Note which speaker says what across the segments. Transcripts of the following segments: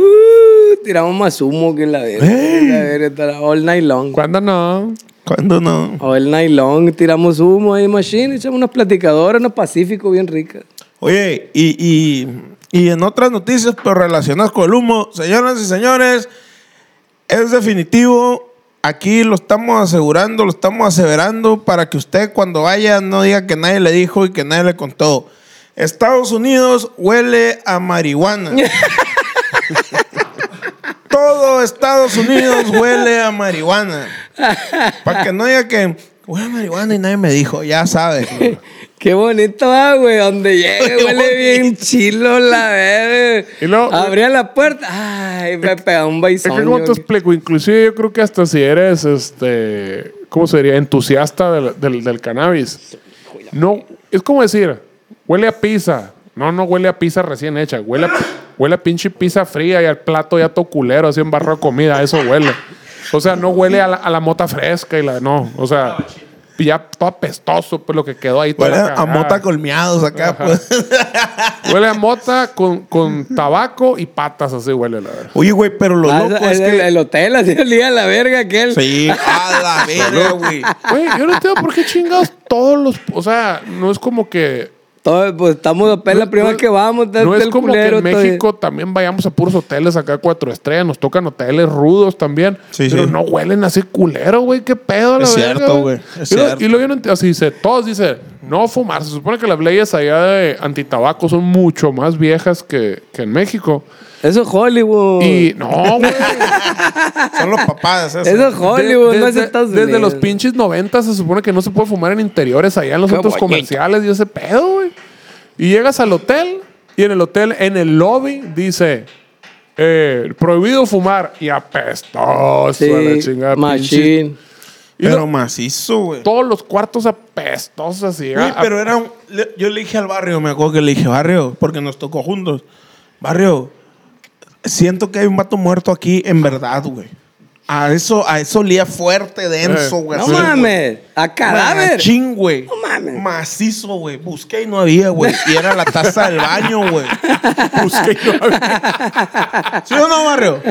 Speaker 1: tiramos más humo que la verga.
Speaker 2: Ey.
Speaker 1: La verga, está all night long.
Speaker 3: ¿Cuándo no?
Speaker 2: ¿Cuándo no?
Speaker 1: All night long, tiramos humo ahí, machine, echamos unas platicadoras, unos pacíficos bien ricas.
Speaker 2: Oye, y, y- y en otras noticias, pero relacionadas con el humo, señoras y señores, es definitivo. Aquí lo estamos asegurando, lo estamos aseverando para que usted cuando vaya no diga que nadie le dijo y que nadie le contó. Estados Unidos huele a marihuana. Todo Estados Unidos huele a marihuana. Para que no diga que huele a marihuana y nadie me dijo, ya sabes.
Speaker 1: Qué bonito, ah, güey, donde llegue,
Speaker 2: Qué
Speaker 1: huele bien chilo la verga.
Speaker 3: Y luego- eh,
Speaker 1: Abría la puerta, ay, me pegaba un
Speaker 3: Es que,
Speaker 1: baizón.
Speaker 3: ¿cómo te
Speaker 1: yo-
Speaker 3: explico? Inclusive yo creo que hasta si eres, este, ¿cómo se diría? Entusiasta del, del- del cannabis. No, es como decir, huele a pizza. No, no huele a pizza recién hecha. Huele a, huele a pinche pizza fría y al plato ya todo culero, así embarrado de comida. a Eso huele. O sea, no huele a la, a la mota fresca y la... No, o sea... ya todo apestoso, pues lo que quedó ahí. toda
Speaker 2: Huele
Speaker 3: la
Speaker 2: a
Speaker 3: cagada.
Speaker 2: mota colmeados acá, pues.
Speaker 3: Huele a mota con, con tabaco y patas, así huele la verdad.
Speaker 2: Oye, güey, pero lo
Speaker 1: Ah,
Speaker 2: loco
Speaker 1: esa-
Speaker 2: es
Speaker 1: el,
Speaker 2: que...
Speaker 1: el hotel así olía a la verga aquel.
Speaker 2: Sí, a la verga, güey.
Speaker 3: Güey, yo no entiendo por qué chingados todos los. O sea, no es como que.
Speaker 1: Todo, pues estamos apenas la
Speaker 3: no-
Speaker 1: primera
Speaker 3: no-
Speaker 1: que vamos. del-
Speaker 3: No es
Speaker 1: del
Speaker 3: como
Speaker 1: culero,
Speaker 3: que en
Speaker 1: todo-
Speaker 3: México también vayamos a puros hoteles acá cuatro estrellas, nos tocan hoteles rudos también,
Speaker 2: Sí,
Speaker 3: pero
Speaker 2: sí.
Speaker 3: no huelen así culero, güey, qué pedo a la
Speaker 2: Es
Speaker 3: verga,
Speaker 2: cierto, güey, es
Speaker 3: Y lo-
Speaker 2: cierto.
Speaker 3: Y luego yo no entiendo, así dice, todos dicen, no fumar, se supone que las leyes allá de antitabaco son mucho más viejas que, que en México.
Speaker 1: Eso es Hollywood.
Speaker 3: Y no, güey.
Speaker 2: Son los papás. ¿eh? esos.
Speaker 1: Eso es Hollywood,
Speaker 3: De-
Speaker 1: no es
Speaker 3: desde,
Speaker 1: Estados
Speaker 3: desde
Speaker 1: Unidos.
Speaker 3: los pinches 90 se supone que no se puede fumar en interiores allá en los
Speaker 1: Qué
Speaker 3: centros
Speaker 1: bonito.
Speaker 3: comerciales y ese pedo, güey. Y llegas al hotel y en el hotel, en el lobby, dice eh, prohibido fumar y apestoso
Speaker 1: Sí,
Speaker 3: a la chingada. pinches.
Speaker 1: machine.
Speaker 3: Y lo-
Speaker 2: Pero macizo, güey.
Speaker 3: todos los cuartos apestosos así.
Speaker 2: Güey,
Speaker 3: a-
Speaker 2: pero era un- le- Yo le dije al barrio, me acuerdo que le dije, barrio, porque nos tocó juntos. Barrio, siento que hay un vato muerto aquí, en verdad, güey. A eso, a eso olía fuerte, denso,
Speaker 3: Eh,
Speaker 2: güey.
Speaker 1: No
Speaker 2: así, güey.
Speaker 1: mames. A cadáver.
Speaker 2: Machín, güey.
Speaker 1: No mames.
Speaker 2: Macizo, güey. Busqué y no había, güey. Y era la taza del baño, güey.
Speaker 3: busqué y no había-
Speaker 2: ¿Sí o no, barrio?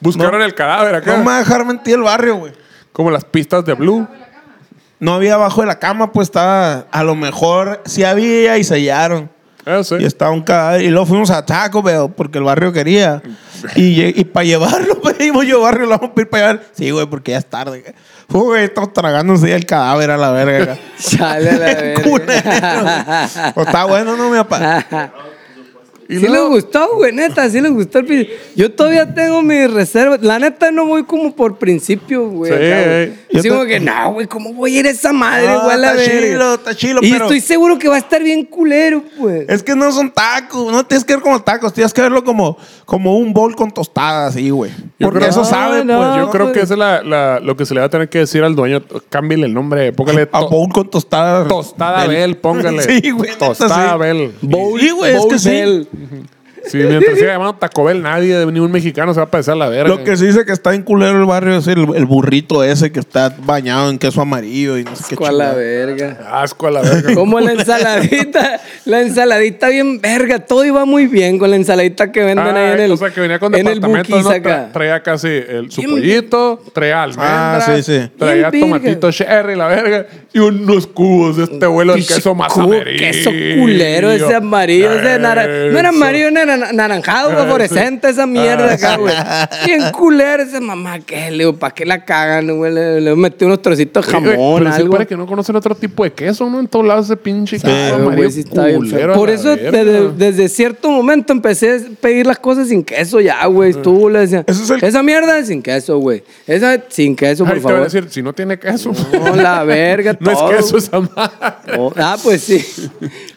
Speaker 3: buscaron el cadáver acá.
Speaker 2: No me va a dejar mentir el barrio, güey.
Speaker 3: como las pistas de Blue.
Speaker 2: No había abajo de la cama, pues estaba. A lo mejor sí había y sellaron.
Speaker 3: Ah, sí.
Speaker 2: Y estaba un cadáver. Y luego fuimos a Taco Bell porque el barrio quería. Y, lle- y para llevarlo, pedimos yo barrio, lo vamos a pedir para llevar. Sí, güey, porque ya es tarde. Fue, güey, estamos tragándose el cadáver a la verga. acá.
Speaker 1: Chale la
Speaker 2: El culero.
Speaker 1: verga.
Speaker 2: O está bueno, no, mi papá.
Speaker 1: Sí les gustó, güey, neta, sí les gustó el pin- Yo todavía tengo mis reservas. La neta no voy como por principio, güey.
Speaker 3: Sí,
Speaker 1: acá, güey.
Speaker 3: eh.
Speaker 2: Yo
Speaker 1: Sí,
Speaker 2: te-
Speaker 1: como que, no, güey, ¿cómo voy a ir a esa madre,
Speaker 2: No,
Speaker 1: güey? a la
Speaker 2: está
Speaker 1: verga?"
Speaker 2: chilo, está chilo,
Speaker 1: Y
Speaker 2: pero-
Speaker 1: estoy seguro que va a estar bien culero, pues.
Speaker 2: Es que no son tacos, no tienes que ver como tacos, tienes que verlo como, como un bol con tostadas, sí, güey.
Speaker 3: Yo
Speaker 2: Porque
Speaker 3: creo-
Speaker 2: eso
Speaker 3: No,
Speaker 2: saben,
Speaker 1: no,
Speaker 2: pues.
Speaker 3: Yo
Speaker 2: ¿no?
Speaker 3: creo
Speaker 1: pues.
Speaker 3: que eso es la- la- lo que se le va a tener que decir al dueño. Cámbiale el nombre, póngale
Speaker 2: A
Speaker 3: to-
Speaker 2: bowl con tostadas.
Speaker 3: Tostada
Speaker 2: Del-
Speaker 3: Bell, póngale.
Speaker 2: Sí, güey. neta,
Speaker 3: Tostada
Speaker 2: sí.
Speaker 3: Bell.
Speaker 1: Bowl-
Speaker 2: Sí, güey, es
Speaker 1: Bowl
Speaker 2: que sí.
Speaker 1: Bell.
Speaker 3: Sí, mientras siga llamando Taco Bell, nadie, ni un mexicano se va a pasar la verga.
Speaker 2: Lo que se dice que está en culero el barrio es el, el burrito ese que está bañado en queso amarillo y no sé qué
Speaker 1: ¿Cuál la
Speaker 2: chingada.
Speaker 1: verga?
Speaker 3: Asco a la verga.
Speaker 1: Como la ensaladita, la ensaladita bien verga, todo iba muy bien con la ensaladita que venden
Speaker 3: Ah,
Speaker 1: ahí en el
Speaker 3: o sea, que venía con
Speaker 1: en el
Speaker 3: departamento,
Speaker 1: Buki's
Speaker 3: ¿no?
Speaker 1: acá.
Speaker 3: Tra- traía casi el, su
Speaker 1: Bien-
Speaker 3: pollito, traía almendras,
Speaker 2: Ah, sí, sí.
Speaker 3: traía
Speaker 1: Bien verga.
Speaker 3: tomatito cherry, la verga, y unos cubos de este vuelo del
Speaker 1: Pinche
Speaker 3: queso más
Speaker 1: cubo,
Speaker 3: amarillo.
Speaker 1: Queso culero, ese amarillo, ese nara- No era
Speaker 3: Eso.
Speaker 1: amarillo, no era na- naranjado, güey,
Speaker 3: Eso.
Speaker 1: fluorescente, esa
Speaker 3: Ah,
Speaker 1: mierda acá,
Speaker 3: sí. Ah.
Speaker 1: güey. Bien culero esa mamá, que le digo, ¿para qué la cagan, güey? Le, le metí unos trocitos de
Speaker 3: Sí, güey,
Speaker 1: jamón,
Speaker 3: Eh, pero sí
Speaker 1: algo.
Speaker 3: parece que no conocen otro tipo de queso, ¿no? En todos lados ese pinche
Speaker 1: Ay,
Speaker 3: queso
Speaker 1: güey,
Speaker 3: amarillo
Speaker 1: sí está bien
Speaker 3: culero
Speaker 1: feo.
Speaker 3: a
Speaker 1: Por
Speaker 3: la
Speaker 1: eso
Speaker 3: verga.
Speaker 1: desde, desde cierto momento empecé a pedir las cosas sin queso ya,
Speaker 3: Ah.
Speaker 1: güey. Tú le decías,
Speaker 2: Ese es el-
Speaker 1: esa mierda sin queso, güey. Esa sin queso, por
Speaker 3: Ay, te voy a
Speaker 1: favor.
Speaker 3: decir, si no tiene queso.
Speaker 1: No, la verga,
Speaker 3: No es
Speaker 1: todo.
Speaker 3: queso esa madre.
Speaker 1: Oh, ah, pues sí.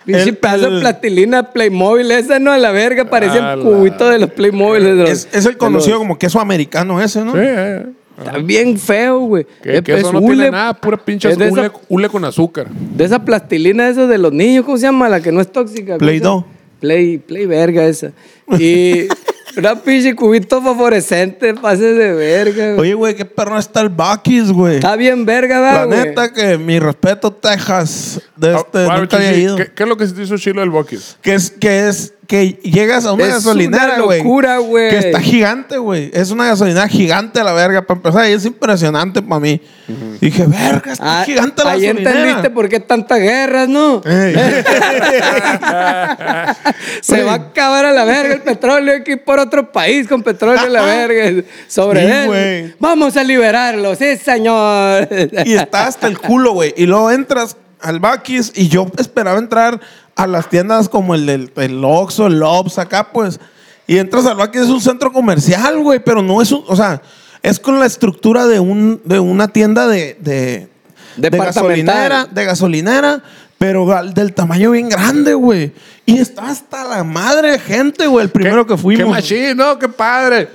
Speaker 1: Pinche
Speaker 2: El-
Speaker 1: pedazo
Speaker 2: el-
Speaker 1: de plastilina Playmobil. Esa no, a la verga. Parecía
Speaker 3: Ah,
Speaker 1: el
Speaker 3: la-
Speaker 1: cubito de los Playmobil. de los-
Speaker 2: Es, es el conocido como queso americano ese, ¿no?
Speaker 3: Sí, eh.
Speaker 1: Está bien feo, güey.
Speaker 3: Que,
Speaker 1: Es
Speaker 3: que eso no
Speaker 1: hule-
Speaker 3: tiene nada, pura pinche
Speaker 1: es de,
Speaker 3: hule,
Speaker 1: esa,
Speaker 3: hule con azúcar.
Speaker 1: de esa plastilina esa de los niños, ¿cómo se llama? La que no es tóxica. ¿cómo se
Speaker 2: Play-Doh.
Speaker 1: llama? Play, play verga esa. Y una pinche cubito favorecente, pases de verga. güey.
Speaker 2: Oye, güey, qué perro está el Bucky's, güey.
Speaker 1: Está bien verga,
Speaker 2: La
Speaker 1: ¿verdad, Ah, güey?
Speaker 2: neta que mi respeto, Texas. De este,
Speaker 3: Ah,
Speaker 2: nunca
Speaker 3: Barbecue,
Speaker 2: había
Speaker 3: sí.
Speaker 2: ido.
Speaker 3: ¿Qué, qué es lo que se te hizo chilo del Bucky's?
Speaker 2: Que es, que es, que llegas a una
Speaker 1: Es
Speaker 2: gasolinera,
Speaker 1: una
Speaker 2: güey.
Speaker 1: locura, güey.
Speaker 2: Que está gigante, güey. Es una gasolinera gigante a la verga, para empezar. Y es impresionante para mí. Dije, verga, está
Speaker 1: Ah,
Speaker 2: gigante la Eh,
Speaker 1: ahí
Speaker 2: gasolinera.
Speaker 1: entendiste por Eh. qué tantas guerras, ¿no? Se
Speaker 2: Güey.
Speaker 1: va a acabar a la verga el petróleo hay que ir por otro país con petróleo a la verga. Sobre
Speaker 2: Sí,
Speaker 1: él.
Speaker 2: güey.
Speaker 1: Vamos a liberarlo, sí, señor.
Speaker 2: y está hasta el culo, güey. Y luego entras al Bakis y yo esperaba entrar a las tiendas como el del el Oxxo, el Lobs, acá, pues. Y entras al Bakis, es un centro comercial, güey, pero no es un, o sea, es con la estructura de, un, de una tienda de, de, de
Speaker 1: Departamental.
Speaker 2: gasolinera, de gasolinera, pero gal- del tamaño bien grande, güey. Y está hasta la madre de gente, güey, el primero
Speaker 3: ¿Qué-
Speaker 2: que fuimos.
Speaker 3: ¡Qué machín, no! ¡Qué padre!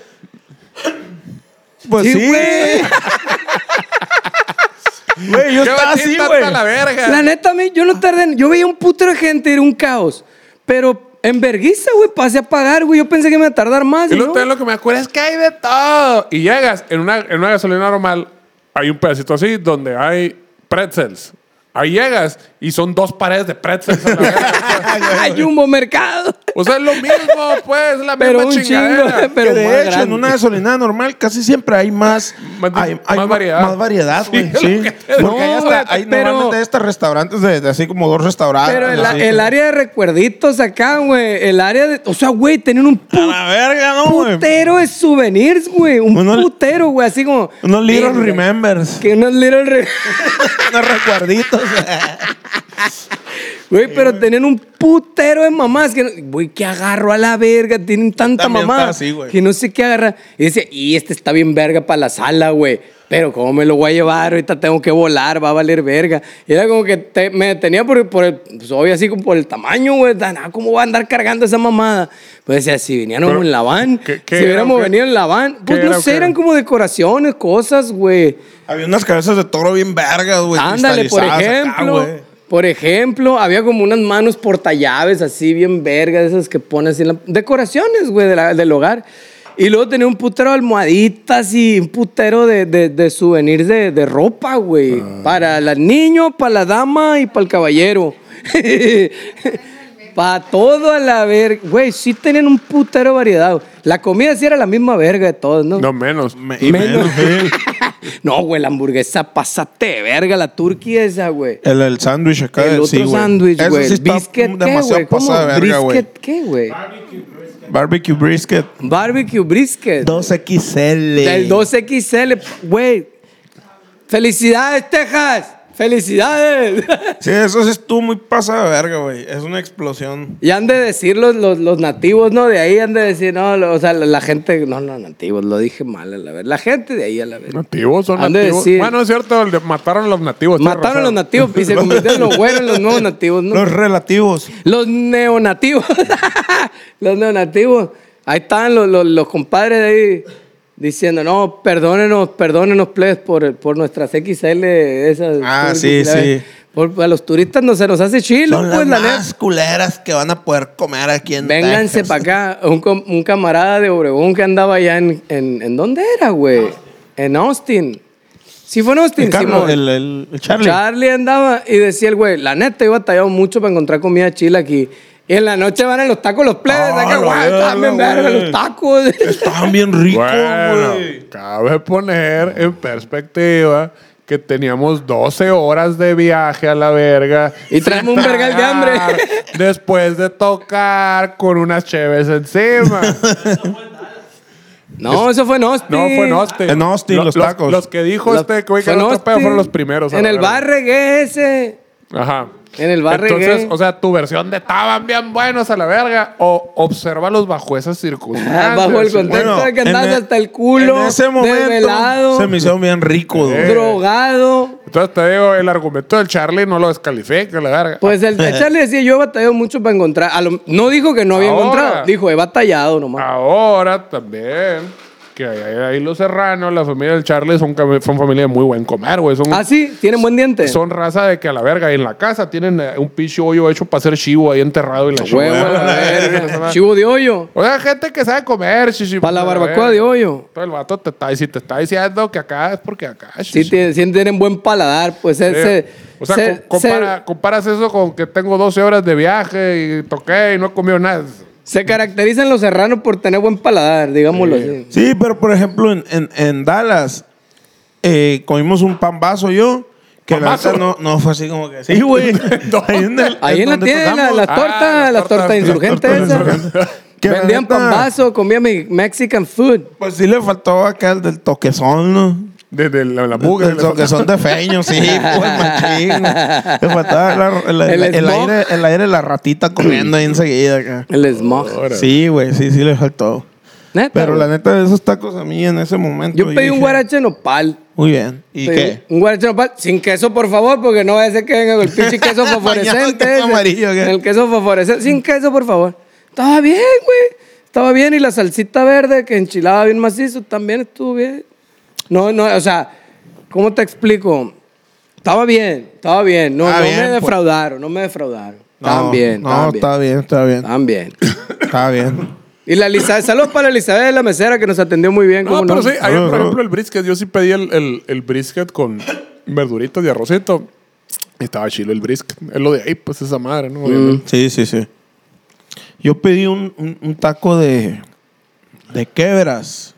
Speaker 2: Pues
Speaker 1: Sí,
Speaker 2: sí,
Speaker 1: güey.
Speaker 2: güey. Yo
Speaker 3: ¡Qué
Speaker 2: estaba
Speaker 3: machín,
Speaker 2: así,
Speaker 3: tanta
Speaker 2: güey.
Speaker 3: la verga!
Speaker 1: La neta, a mí, yo no tardé. en- Yo veía un puto de gente, era un caos. Pero en vergüenza, güey, pasé a pagar, güey. Yo pensé que me iba a tardar más.
Speaker 3: y
Speaker 1: ¿no?
Speaker 3: luego también lo que me acuerdo es que hay de todo. Y llegas en una, en una gasolina normal, hay un pedacito así donde hay pretzels. Ahí llegas y son dos paredes de pretzels. a la verga.
Speaker 1: Hay un mercado.
Speaker 3: o sea, es lo mismo, pues, es la
Speaker 1: Pero
Speaker 3: misma
Speaker 1: un
Speaker 3: chingadera.
Speaker 1: chingo, pero
Speaker 2: que de
Speaker 1: más
Speaker 2: hecho, en
Speaker 1: grande.
Speaker 2: una gasolinera normal casi siempre hay más,
Speaker 3: Más di-
Speaker 2: hay, hay
Speaker 3: más
Speaker 2: ma-
Speaker 3: variedad.
Speaker 2: Más variedad, güey.
Speaker 3: Sí,
Speaker 2: Sí,
Speaker 3: es lo que te-
Speaker 2: Porque hay,
Speaker 1: No,
Speaker 2: hasta,
Speaker 1: güey,
Speaker 2: hay
Speaker 1: pero-
Speaker 2: normalmente hasta restaurantes de, de así como dos restaurantes.
Speaker 1: Pero el,
Speaker 2: así.
Speaker 1: el área de recuerditos acá, güey. El área de. O sea, güey, tenían un
Speaker 2: A
Speaker 1: pu-
Speaker 2: la verga, Ah, no, güey.
Speaker 1: putero de souvenirs, güey. Un
Speaker 2: Unos-
Speaker 1: putero, güey. Así como.
Speaker 2: Unos little
Speaker 1: Verga.
Speaker 2: remembers.
Speaker 1: Que unos little re-
Speaker 2: unos recuerditos.
Speaker 1: Güey, pero tenían un putero de mamás. Que, no- güey, que agarro a la verga. Tienen tanta
Speaker 2: También
Speaker 1: mamá.
Speaker 2: está así, güey.
Speaker 1: que no sé qué agarrar. Y decía, y este está bien verga para la sala, güey. Pero cómo me lo voy a llevar, ahorita tengo que volar, va a valer verga. Y era como que te- me detenía por, por el, pues obvio así como por el tamaño, güey. da, nah, ¿Cómo va a andar cargando esa mamada? Pues decía, si veníamos
Speaker 3: Pero,
Speaker 1: en la van,
Speaker 3: ¿qué- qué
Speaker 1: si
Speaker 3: era o
Speaker 1: hubiéramos
Speaker 3: qué?
Speaker 1: venido en la van, pues
Speaker 3: ¿Qué era
Speaker 1: no
Speaker 3: o
Speaker 1: sé,
Speaker 3: qué
Speaker 1: eran
Speaker 3: era?
Speaker 1: como decoraciones, cosas, güey.
Speaker 2: Había unas cabezas de toro bien vergas, güey.
Speaker 1: Ándale, por
Speaker 2: pues, cristalizadas acá,
Speaker 1: ejemplo.
Speaker 2: güey.
Speaker 1: por ejemplo, había como unas manos portallaves así, bien vergas, esas que pones en la... Decoraciones, güey, de la- del hogar. Y luego tenía un putero de almohaditas y un putero de, de, de souvenirs de, de ropa, güey.
Speaker 2: Ah.
Speaker 1: Para el niño, para la dama y para el caballero. para todo a la verga. Güey, sí tenían un putero de variedad. güey. La comida sí era la misma verga de todos, ¿no?
Speaker 3: No menos.
Speaker 2: Me- y menos, sí.
Speaker 1: No, güey, la hamburguesa, pásate de verga, la turquía esa, güey.
Speaker 2: El, el sándwich acá.
Speaker 1: El
Speaker 2: del- sí,
Speaker 1: otro
Speaker 2: güey.
Speaker 1: sándwich,
Speaker 2: Eso
Speaker 1: güey.
Speaker 2: sí está
Speaker 1: ¿Brisket qué,
Speaker 2: demasiado
Speaker 1: güey? ¿Cómo?
Speaker 2: pasada de verga, güey.
Speaker 1: ¿Brisket qué, güey?
Speaker 2: Barbecue brisket.
Speaker 1: Barbecue brisket.
Speaker 2: 2XL.
Speaker 1: Del 2XL, güey. ¡Felicidades, Texas! ¡Felicidades!
Speaker 2: Sí, eso sí estuvo muy pasada de verga, güey. Es una explosión.
Speaker 1: y han de decir los, los, los nativos, ¿no? De ahí han de decir, no, lo- o sea, la, la gente... No, no, nativos, lo dije mal a la vez. La gente de ahí a la vez.
Speaker 3: Nativos son
Speaker 1: Han de
Speaker 3: nativos.
Speaker 1: decir-
Speaker 3: Bueno, es cierto, el de- mataron a los nativos. tienes
Speaker 1: Mataron a los
Speaker 3: razón.
Speaker 1: nativos y se convirtieron los buenos en los nuevos nativos, ¿no?
Speaker 2: Los relativos.
Speaker 1: Los neonativos. los neonativos. Ahí están los, los, los compadres de ahí diciendo, no, perdónenos, perdónenos, plebes, por, por nuestras XL esas.
Speaker 2: Ah,
Speaker 1: turcos,
Speaker 2: sí,
Speaker 1: la vez.
Speaker 2: sí.
Speaker 1: Por- a los turistas no se nos hace chilo,
Speaker 2: Son
Speaker 1: pues,
Speaker 2: las
Speaker 1: la
Speaker 2: más
Speaker 1: neta.
Speaker 2: culeras que van a poder comer aquí en
Speaker 1: Vénganse
Speaker 2: Texas.
Speaker 1: para acá. Un, com- un camarada de Obregón que andaba allá en... ¿En, en dónde era, güey? En Austin. Sí fue en Austin,
Speaker 2: El, Carlos,
Speaker 1: Simón.
Speaker 2: el, el- el Charlie.
Speaker 1: Charlie andaba y decía el güey, la neta, he batallado mucho para encontrar comida chila aquí. Y en la noche van a los tacos los plebes,
Speaker 2: Ah,
Speaker 1: acá,
Speaker 2: la
Speaker 1: guau, están bien
Speaker 2: verga,
Speaker 1: verga
Speaker 2: güey.
Speaker 1: los tacos.
Speaker 2: Estaban bien ricos,
Speaker 3: Bueno,
Speaker 2: güey.
Speaker 3: cabe poner en perspectiva que teníamos 12 horas de viaje a la verga.
Speaker 1: Y traemos un
Speaker 3: sin
Speaker 1: vergal de hambre.
Speaker 3: tragar, Después de tocar con unas cheves encima.
Speaker 1: no, eso fue en Austin.
Speaker 3: No, fue en Austin.
Speaker 2: En Austin,
Speaker 3: Lo-
Speaker 2: los tacos.
Speaker 3: Los que dijo
Speaker 1: La-
Speaker 3: este güey que
Speaker 1: fue en
Speaker 3: era otro pedo
Speaker 1: Austin,
Speaker 3: fueron los primeros. a
Speaker 1: En
Speaker 3: la
Speaker 1: el
Speaker 3: verga.
Speaker 1: bar reggae ese.
Speaker 3: Ajá.
Speaker 1: En el bar
Speaker 3: Entonces,
Speaker 1: reggae.
Speaker 3: o sea, tu versión de estaban bien buenos a la verga o observalos bajo esas
Speaker 1: Ah,
Speaker 3: circunstancias.
Speaker 1: bajo el contexto
Speaker 2: Bueno,
Speaker 1: de que
Speaker 2: en
Speaker 1: andabas
Speaker 2: el-
Speaker 1: hasta el culo.
Speaker 2: En ese momento
Speaker 1: desvelado,
Speaker 2: se me hicieron bien ricos,
Speaker 1: Eh.
Speaker 2: güey.
Speaker 1: drogado.
Speaker 3: Entonces te digo, el argumento del Charlie no lo descalifica, la verga.
Speaker 1: Pues el de Charlie decía, yo he batallado mucho para encontrar. a lo- no dijo que no había
Speaker 3: Ahora.
Speaker 1: encontrado. Dijo, he batallado nomás.
Speaker 3: Ahora también, que ahí, ahí los serranos, la familia del Charlie son, cam- son familia de muy buen comer, güey. Son,
Speaker 1: Ah, sí, tiene buen diente.
Speaker 3: son raza de que a la verga, y en la casa tienen eh, un pinche hoyo hecho para hacer chivo ahí enterrado y la
Speaker 1: Huevo
Speaker 3: chingada.
Speaker 1: a la verga.
Speaker 3: la semana.
Speaker 1: Chivo de hoyo.
Speaker 3: O sea, gente que sabe comer, chichi.
Speaker 1: Para la barbacoa
Speaker 3: verga.
Speaker 1: de hoyo.
Speaker 3: Todo el vato te está, y si te está diciendo que acá es porque acá,
Speaker 1: Si
Speaker 3: chichi.
Speaker 1: tienen buen paladar, pues
Speaker 3: Sí.
Speaker 1: ese.
Speaker 3: o sea, com- compara- comparas eso con que tengo 12 horas de viaje y toqué y no he comido nada.
Speaker 1: se caracterizan los serranos por tener buen paladar, digámoslo así.
Speaker 2: Sí, pero por ejemplo, en, en, en Dallas, eh, comimos un pambazo yo. Que la
Speaker 3: ¿Pambazo?
Speaker 2: neta no, no fue así como que sí, güey. Ahí en, el-
Speaker 1: Ahí en la
Speaker 2: donde
Speaker 1: tienda,
Speaker 2: tocamos.
Speaker 1: las
Speaker 3: Ah,
Speaker 1: tortas,
Speaker 3: las
Speaker 1: las tortas
Speaker 3: tortas,
Speaker 1: insurgentes
Speaker 2: las tortas
Speaker 1: esas.
Speaker 2: insurgentes. Que la
Speaker 1: Vendían
Speaker 2: neta-
Speaker 1: pambazo, comía mi Mexican food.
Speaker 2: Pues sí le faltó acá el del toquezón, ¿no?
Speaker 3: Desde la, la
Speaker 2: Porque
Speaker 3: buga.
Speaker 2: el toquezón de feño, sí, pues machín. Le faltaba la- la-
Speaker 1: El
Speaker 2: la- el,
Speaker 1: smog.
Speaker 2: aire, el aire de la ratita corriendo ahí enseguida acá.
Speaker 1: El smog.
Speaker 2: Sí, güey, sí, sí le faltó.
Speaker 1: Neta,
Speaker 2: Pero
Speaker 1: güey.
Speaker 2: la neta de esos tacos a mí en ese momento.
Speaker 1: Yo pedí un
Speaker 2: dije,
Speaker 1: guarache nopal.
Speaker 2: Muy bien. ¿Y
Speaker 1: Pedí
Speaker 2: qué?
Speaker 1: Un guarache nopal. Sin queso, por favor, porque no vaya a ser que venga con el pinche queso fosforescente.
Speaker 2: Bañado en queso
Speaker 1: ese.
Speaker 2: amarillo, ¿qué?
Speaker 1: El queso fosforescente. Sin queso, por favor. Estaba bien, güey. Estaba bien. Y la salsita verde que enchilaba bien macizo también estuvo bien. No, no, o sea, ¿cómo te explico? Estaba bien, estaba bien. No,
Speaker 2: Ah,
Speaker 1: no
Speaker 2: bien,
Speaker 1: me
Speaker 2: pues.
Speaker 1: defraudaron, no Ah. me defraudaron. Estaban
Speaker 2: No,
Speaker 1: bien,
Speaker 2: No,
Speaker 1: estaban bien.
Speaker 2: está bien, está bien.
Speaker 1: Estaban bien.
Speaker 2: Está bien.
Speaker 1: Y la Elizabeth, saludos para Elizabeth de la mesera que nos atendió muy bien.
Speaker 3: No,
Speaker 1: ¿cómo
Speaker 3: pero sí, ahí,
Speaker 2: No,
Speaker 3: por
Speaker 2: no.
Speaker 3: ejemplo, el brisket. Yo sí pedí el, el- el brisket con, verduritas y arrocito. Y estaba chilo el brisk. Es lo de ahí, pues esa madre, ¿no? Obviamente.
Speaker 2: Sí, sí, sí. Yo pedí un, un- un taco de. de quebras.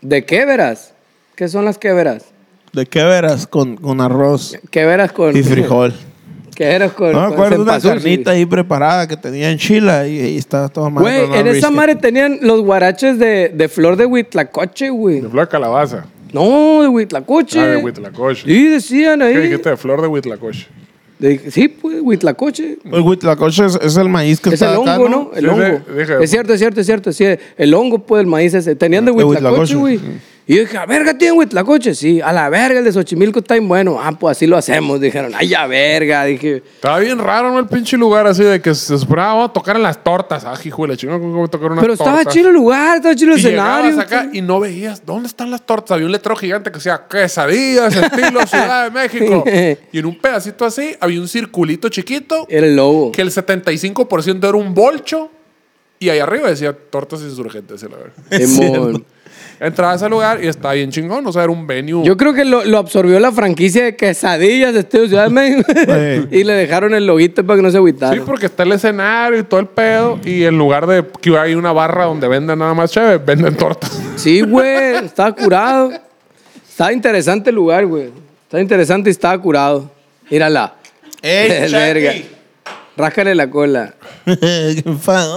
Speaker 1: ¿De qué veras? ¿Qué son las queveras?
Speaker 2: De quebras con, con arroz
Speaker 1: Queveras con.
Speaker 2: y frijol.
Speaker 1: Queveras con.
Speaker 2: No me
Speaker 1: con
Speaker 2: acuerdo de una
Speaker 1: cempasúchil.
Speaker 2: carnita ahí preparada que tenía en Chila y, y estaba toda madre.
Speaker 1: Güey,
Speaker 2: pero no
Speaker 1: en
Speaker 2: la
Speaker 1: esa
Speaker 2: viste.
Speaker 1: madre tenían los guaraches de, de flor de huitlacoche, güey.
Speaker 3: De flor de calabaza.
Speaker 1: No, de huitlacoche.
Speaker 3: Ah, de huitlacoche.
Speaker 1: Sí, decían ahí.
Speaker 3: ¿Qué dijiste de flor de huitlacoche?
Speaker 1: De- sí, pues, huitlacoche.
Speaker 2: El huitlacoche es, es el maíz que
Speaker 1: Es
Speaker 2: está
Speaker 1: el hongo,
Speaker 2: acá,
Speaker 1: ¿no? El
Speaker 3: Sí,
Speaker 1: hongo.
Speaker 3: sí, dije-
Speaker 1: es cierto, es cierto, es cierto. Sí, el hongo, pues, el maíz ese. Tenían de
Speaker 2: De
Speaker 1: huitlacoche,
Speaker 2: huitlacoche.
Speaker 1: güey. Y yo dije, a verga, tienen huitlacoche. Sí, a la verga, el de Xochimilco está bien bueno. Ah, pues así lo hacemos. Dijeron, ay, a verga. Dije,
Speaker 3: Estaba bien raro, ¿no? El pinche lugar así de que se esperaba vamos a tocar en las tortas. Ah, hijo de la chingada, ¿cómo voy a tocar unas
Speaker 1: pero estaba
Speaker 3: tortas?
Speaker 1: chido el lugar, estaba chido el
Speaker 3: Y llegabas
Speaker 1: escenario.
Speaker 3: acá y no veías dónde están las tortas. Había un letrero gigante que decía quesadillas, estilo Ciudad de México. Y en un pedacito así había un circulito chiquito
Speaker 1: Era el lobo.
Speaker 3: que el 75% era un bolcho y ahí arriba decía tortas insurgentes. y la verga.
Speaker 2: Es
Speaker 1: Simón.
Speaker 2: cierto.
Speaker 3: Entraba a ese lugar y estaba bien chingón. O sea, era un venue.
Speaker 1: Yo creo que lo, lo absorbió la franquicia de quesadillas de este Ciudad de México.
Speaker 2: Sí.
Speaker 1: y le dejaron el loguito para que no se agüitara.
Speaker 3: Sí, porque está el escenario y todo el pedo. Y en lugar de que hay una barra donde venden nada más chévere, venden tortas.
Speaker 1: Sí, güey, estaba curado. Estaba interesante el lugar, güey. Estaba interesante y estaba curado. Mírala.
Speaker 2: ¡Ey,
Speaker 1: verga.
Speaker 2: Chucky!
Speaker 1: Ráscale la cola.
Speaker 2: ¡Qué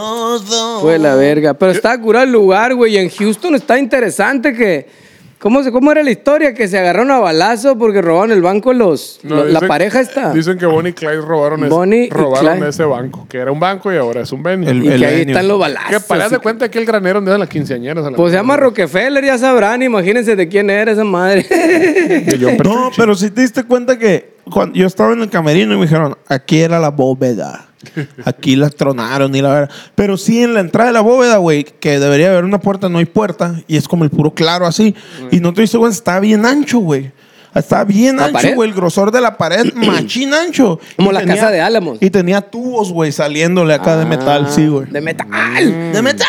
Speaker 2: enfadoso!
Speaker 1: Fue la verga. Pero estaba curado el lugar, güey. Y en Houston está interesante que. ¿Cómo, se, ¿Cómo era la historia? Que se agarraron a balazo porque robaron el banco los.
Speaker 3: No,
Speaker 1: lo- la
Speaker 3: dicen-
Speaker 1: pareja está.
Speaker 3: Dicen que Bonnie y Clyde robaron, ese-
Speaker 1: Bonnie y
Speaker 3: robaron
Speaker 1: Clyde.
Speaker 3: ese banco, que era un banco y ahora es un venue.
Speaker 1: y
Speaker 2: el
Speaker 1: que ahí
Speaker 2: venue.
Speaker 1: están los
Speaker 3: que
Speaker 1: balazos.
Speaker 3: para
Speaker 1: así
Speaker 3: de cuenta que el granero donde eran las quinceañeras. a la
Speaker 1: que- Pues se
Speaker 3: mierda.
Speaker 1: llama Rockefeller, ya sabrán. Imagínense de quién era esa madre.
Speaker 3: Que yo Petrucci.
Speaker 2: No, pero si te diste cuenta que cuando yo estaba en el camerino y me dijeron, aquí era la bóveda. Aquí la tronaron y la verdad. Pero sí en la entrada de la bóveda, güey, que debería haber una puerta, no hay puerta. Y es como el puro claro así. Y no te diste cuenta, estaba bien ancho, güey. Estaba bien
Speaker 1: ¿La
Speaker 2: ancho,
Speaker 1: pared?
Speaker 2: güey. El grosor de la pared, machín ancho.
Speaker 1: Como
Speaker 2: Y
Speaker 1: la casa de Álamos. Ah,
Speaker 2: Y tenía tubos, güey, saliéndole acá de metal, sí, güey.
Speaker 1: De metal.
Speaker 2: De metal.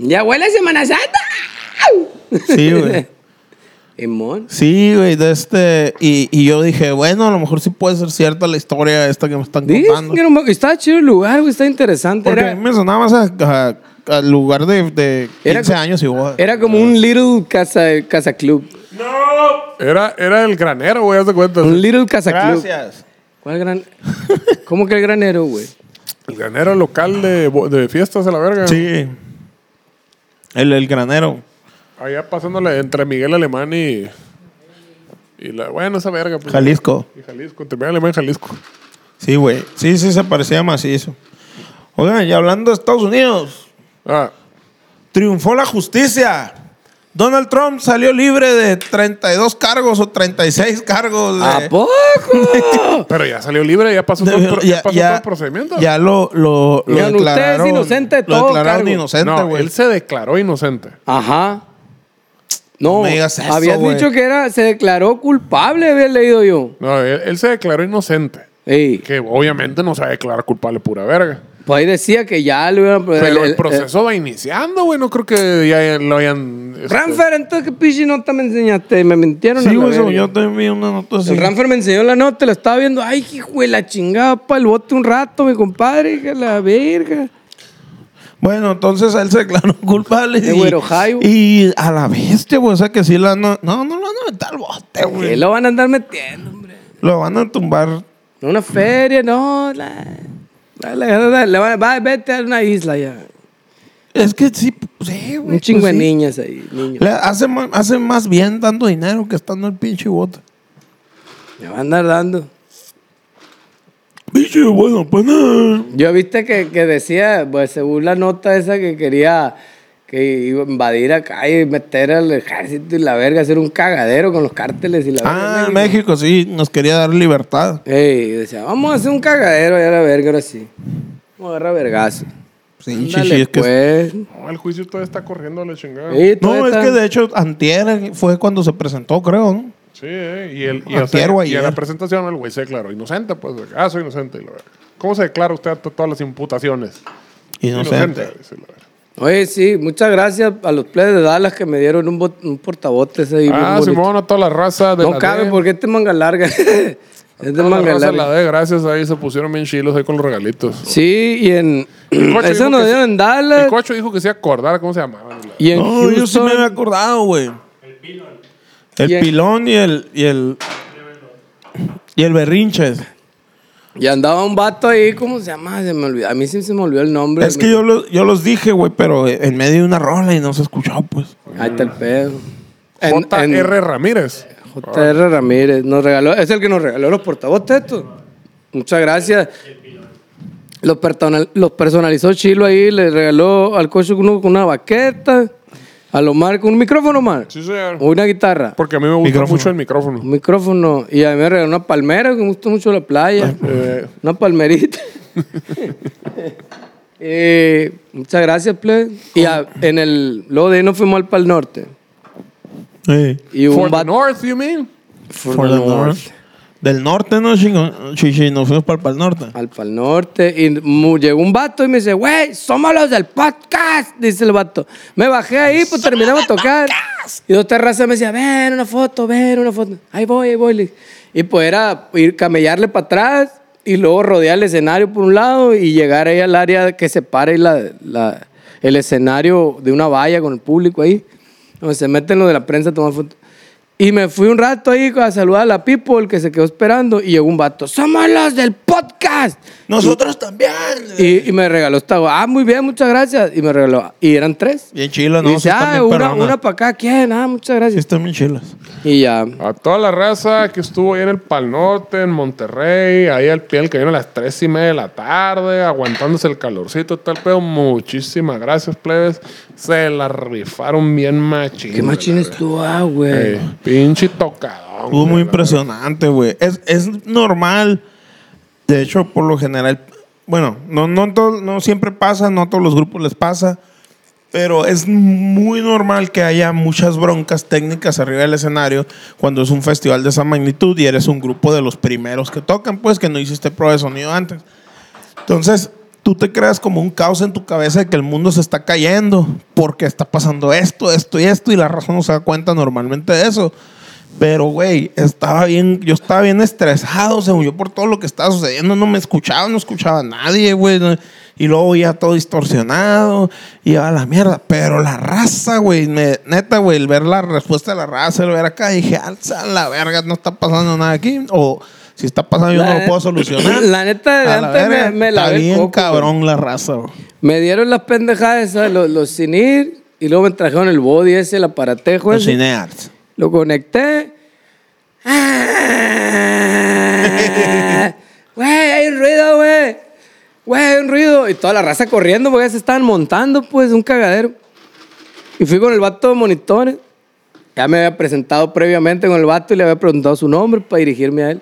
Speaker 1: Ya huele a Semana Santa.
Speaker 2: Sí, güey.
Speaker 1: Simón.
Speaker 2: Sí, güey, de este. Y, y yo dije, bueno, a lo mejor sí puede ser cierta la historia esta que me están
Speaker 1: Dicen
Speaker 2: contando.
Speaker 1: que no me- estaba chido el lugar, güey, está interesante.
Speaker 2: Porque a
Speaker 1: Era,
Speaker 2: mí me sonaba más a- a- al lugar de, de 15
Speaker 1: Era co-
Speaker 2: años y boda.
Speaker 1: era como un little casa, casa club.
Speaker 3: Era, era el granero, güey, haz de cuenta.
Speaker 1: Un little casa club.
Speaker 2: Gracias.
Speaker 1: ¿Cuál gran? ¿Cómo que el granero, güey?
Speaker 3: El granero local de, bo- de fiestas a la verga.
Speaker 2: Sí. El, el granero.
Speaker 3: Allá pasándole entre Miguel Alemán y. y la, bueno, esa verga. pues.
Speaker 2: Jalisco.
Speaker 3: Y Jalisco, entre Miguel Alemán y Jalisco.
Speaker 2: Sí, güey. Sí, sí, se parecía macizo. Oigan, y hablando de Estados Unidos,
Speaker 3: Ah,
Speaker 2: triunfó la justicia. Donald Trump salió libre de 32 cargos o 36 cargos. de-
Speaker 1: ¿A poco?
Speaker 3: pero ya salió libre, ya pasó, todo, el pro-
Speaker 2: ya,
Speaker 3: ya pasó
Speaker 2: ya-
Speaker 3: todo el procedimiento.
Speaker 2: Ya lo, lo, lo
Speaker 1: Digan, usted es
Speaker 2: declararon.
Speaker 1: inocente de
Speaker 2: Lo
Speaker 1: todo
Speaker 2: declararon
Speaker 1: cargo.
Speaker 2: inocente,
Speaker 3: no,
Speaker 2: güey.
Speaker 3: él se declaró inocente.
Speaker 1: Ajá. No,
Speaker 2: No me digas eso,
Speaker 1: habías
Speaker 2: güey.
Speaker 1: dicho que era, se declaró culpable, había leído yo.
Speaker 3: No, él, él se declaró inocente.
Speaker 1: Ey,
Speaker 3: Que obviamente no se va a declarar culpable pura verga.
Speaker 1: pues ahí decía que ya lo iban a...
Speaker 3: Pero el eh, proceso va iniciando, güey. No creo que ya lo hayan. este,
Speaker 1: Ranfer, entonces qué pichi nota me enseñaste, me mintieron. a
Speaker 2: Sí,
Speaker 1: la
Speaker 2: güey, según
Speaker 1: verga.
Speaker 2: yo también vi una nota así.
Speaker 1: El Ranfer me enseñó la nota, la estaba viendo. Ay, hijo de la chingada, pa, el bote un rato, mi compadre, que la verga.
Speaker 2: Bueno, entonces él se declaró culpable.
Speaker 1: De
Speaker 2: y-
Speaker 1: güey, Ohio.
Speaker 2: Y a la bestia, güey. O sea que sí la no. No, no lo van a meter al bote,
Speaker 1: Que
Speaker 2: Eh, güey.
Speaker 1: lo van a andar metiendo, hombre.
Speaker 2: Lo van a tumbar.
Speaker 1: En una feria, no. La, la- la- la- la van a- va, vete a una isla ya.
Speaker 2: Es que sí, sí, güey.
Speaker 1: Un chingo
Speaker 2: pues
Speaker 1: de
Speaker 2: sí.
Speaker 1: niñas ahí, niños.
Speaker 2: Le hace, ma- hace más bien dando dinero que estando el pinche bote.
Speaker 1: Me van a andar dando.
Speaker 2: Pinche, bueno, pues nada.
Speaker 1: Yo viste que, que decía, pues según la nota esa que quería que iba a invadir acá y meter al ejército y la verga, hacer un cagadero con los cárteles y la verga.
Speaker 2: Ah,
Speaker 1: en México.
Speaker 2: México sí, nos quería dar libertad.
Speaker 1: Ey, decía, vamos a hacer un cagadero allá a la verga, ahora sí. Vamos a agarrar vergazo.
Speaker 2: Pinche,
Speaker 1: Ándale,
Speaker 2: sí, es que
Speaker 1: pues.
Speaker 3: No, el juicio todavía está corriendo a la chingada.
Speaker 1: Sí,
Speaker 2: No,
Speaker 1: todavía
Speaker 2: es
Speaker 1: está-
Speaker 2: que de hecho antier fue cuando se presentó, creo, ¿no?
Speaker 3: Sí, eh, y, el, y,
Speaker 2: Antier
Speaker 3: o sea,
Speaker 2: o
Speaker 3: y en
Speaker 2: ayer.
Speaker 3: la presentación el güey se declaró inocente, pues, de que, ah, soy inocente. y la verga. ¿Cómo se declara usted a to- todas las imputaciones?
Speaker 2: Inocente.
Speaker 3: dice la verga.
Speaker 1: Oye, sí, muchas gracias a los plebes de Dallas que me dieron un, bot- un portabotes ahí. bien
Speaker 3: Ah,
Speaker 1: bonito.
Speaker 3: Simón, a toda la raza de
Speaker 1: no
Speaker 3: la
Speaker 1: cabe
Speaker 3: D.
Speaker 1: porque este es manga larga. este es
Speaker 3: Toda la
Speaker 1: manga
Speaker 3: raza de
Speaker 1: larga.
Speaker 3: la D, gracias. Ahí se pusieron bien chilos ahí con los regalitos.
Speaker 1: Sí, y en.
Speaker 3: El Cocho
Speaker 1: Eso
Speaker 3: dijo
Speaker 1: nos
Speaker 3: que
Speaker 1: dieron
Speaker 3: sí.
Speaker 1: en
Speaker 3: El
Speaker 1: Dallas.
Speaker 3: cocho dijo que se acordara cómo se llamaba.
Speaker 1: Y en
Speaker 2: No, yo sí
Speaker 1: Houston.
Speaker 2: me había acordado, güey. El pilón. El
Speaker 1: Y en-
Speaker 2: pilón y el. Y el, y el berrinches.
Speaker 1: Y andaba un vato ahí, ¿cómo se llama? Se me olvidó. A mí sí se me olvidó el nombre.
Speaker 2: Es que yo, lo- yo los dije, güey, pero en medio de una rola y no se escuchó, pues.
Speaker 1: Ahí está el pedo. En- en-
Speaker 3: J.R. Ramírez.
Speaker 1: J.R. Ramírez nos regaló, es el que nos regaló los portavoces estos. Muchas gracias. Los, personal- los personalizó Chilo ahí, le regaló al coche uno con una baqueta, a Lomar con un micrófono más,
Speaker 3: Sí, señor.
Speaker 1: una guitarra,
Speaker 3: Porque a mí me gusta
Speaker 2: Micrófono.
Speaker 3: mucho el micrófono.
Speaker 1: un micrófono y a mí me regaló una palmera, que me gusta mucho la playa, una palmerita. Eh, muchas gracias, ple. Y a- en el, luego de ahí nos fuimos al Pal Norte.
Speaker 2: Sí.
Speaker 1: Y hubo
Speaker 3: For
Speaker 1: un
Speaker 3: the
Speaker 1: vato-
Speaker 3: North, you mean?
Speaker 1: For
Speaker 2: For
Speaker 1: the
Speaker 2: the
Speaker 1: North.
Speaker 2: north. Del norte, ¿no, chingón? Sí, sí, nos fuimos para el norte.
Speaker 1: al Pal Norte y mu- llegó un vato y me dice, güey, somos los del podcast, dice el vato. Me bajé ahí, pues terminamos de tocar. Y otra raza me decía, ven, una foto, ven, una foto. Ahí voy, ahí voy. le dije. Y pues era ir camellarle para atrás y luego rodear el escenario por un lado y llegar ahí al área que separa ahí la, la- el escenario de una valla con el público ahí, donde se meten los de la prensa a tomar fotos. Y me fui un rato ahí a saludar a la people que se quedó esperando y llegó un vato. Somos los del podcast.
Speaker 2: Nosotros también.
Speaker 1: Y, y me regaló esta. gua- Ah, muy bien, muchas gracias. Y me regaló. Y eran tres.
Speaker 2: Bien chilas,
Speaker 1: Y
Speaker 2: ¿no?
Speaker 1: dice,
Speaker 2: sí están
Speaker 1: ah,
Speaker 2: bien
Speaker 1: una,
Speaker 2: perronas.
Speaker 1: una para acá, ¿quién? Ah, muchas
Speaker 2: Sí,
Speaker 1: gracias.
Speaker 2: están bien chilas.
Speaker 1: Y ya.
Speaker 3: A toda la raza que estuvo ahí en el Pal Norte, en Monterrey, ahí al pie del cañón a las tres y media de la tarde, aguantándose el calorcito, tal pedo. Muchísimas gracias, plebes. Se la rifaron bien machín.
Speaker 1: ¿Qué machines tú, ah, güey?
Speaker 3: Eh, pinche tocadón.
Speaker 2: Estuvo
Speaker 3: güey,
Speaker 2: muy
Speaker 3: la
Speaker 2: impresionante, güey. Es, es normal. De hecho, por lo general, bueno, no, no, en todo- no siempre pasa, no a todos los grupos les pasa, pero es muy normal que haya muchas broncas técnicas arriba del escenario cuando es un festival de esa magnitud y eres un grupo de los primeros que tocan, pues que no hiciste prueba de sonido antes. Entonces, tú te creas como un caos en tu cabeza de que el mundo se está cayendo porque está pasando esto, esto y esto, y la razón no se da cuenta normalmente de eso. Pero, güey, estaba bien, yo estaba bien estresado, según yo, por todo lo que estaba sucediendo. No me escuchaba, no escuchaba a nadie, güey. no- Y luego ya todo distorsionado y a la mierda. Pero la raza, güey, me- neta, güey, el ver la respuesta de la raza, el ver acá, dije, alza la verga, no está pasando nada aquí. O si está pasando, yo
Speaker 1: La
Speaker 2: no lo
Speaker 1: ne-
Speaker 2: puedo solucionar.
Speaker 1: la neta de
Speaker 2: A la
Speaker 1: antes me-
Speaker 2: verga,
Speaker 1: me
Speaker 2: Está
Speaker 1: lavé el
Speaker 2: bien
Speaker 1: coco,
Speaker 2: cabrón la raza, güey.
Speaker 1: Me dieron las pendejadas esas, los, los sin ir, y luego me trajeron el body ese, el aparatejo
Speaker 2: Los
Speaker 1: ese.
Speaker 2: cinearts.
Speaker 1: Lo conecté. Ah, Güey, hay un ruido, güey. Güey, hay un ruido. Y toda la raza corriendo porque ya se estaban montando, pues, un cagadero. Y fui con el vato de monitores. Ya me había presentado previamente con el vato y le había preguntado su nombre para dirigirme a él.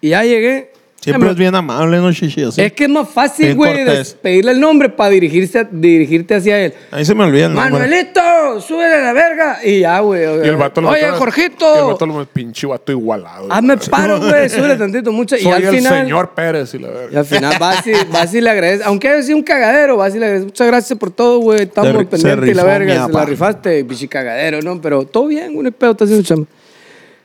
Speaker 1: Y ya llegué. Ya
Speaker 2: Siempre
Speaker 1: me-
Speaker 2: es bien amable, ¿no, Shishi? Así.
Speaker 1: Em, Es que es más fácil,
Speaker 2: Bien
Speaker 1: güey,
Speaker 2: cortés.
Speaker 1: des- pedirle el nombre para dirigirse a- dirigirte hacia él.
Speaker 2: Ahí se me olvida el nombre.
Speaker 1: Manuelito, súbele a la verga. Y ya, güey.
Speaker 3: verdad. Y el vato lo
Speaker 1: Oye,
Speaker 3: metió-
Speaker 1: Jorgito.
Speaker 3: y el vato lo pinche vato igualado.
Speaker 1: Hazme
Speaker 3: güey.
Speaker 1: paro, güey, súbele tantito, mucho.
Speaker 3: Soy
Speaker 1: y al
Speaker 3: el
Speaker 1: final.
Speaker 3: señor Pérez y la
Speaker 1: Y
Speaker 3: verga.
Speaker 1: al final vas y, vas y le agradeces. Aunque haya sido un cagadero, vas y le agradeces. Muchas gracias por todo, güey. Estamos
Speaker 2: Se ri- se
Speaker 1: pendientes y la
Speaker 2: rifó,
Speaker 1: verga.
Speaker 2: mi
Speaker 1: Se la
Speaker 2: papá.
Speaker 1: rifaste, pichi cagadero, ¿no? Pero todo bien, güey. el pedo está haciendo chamba.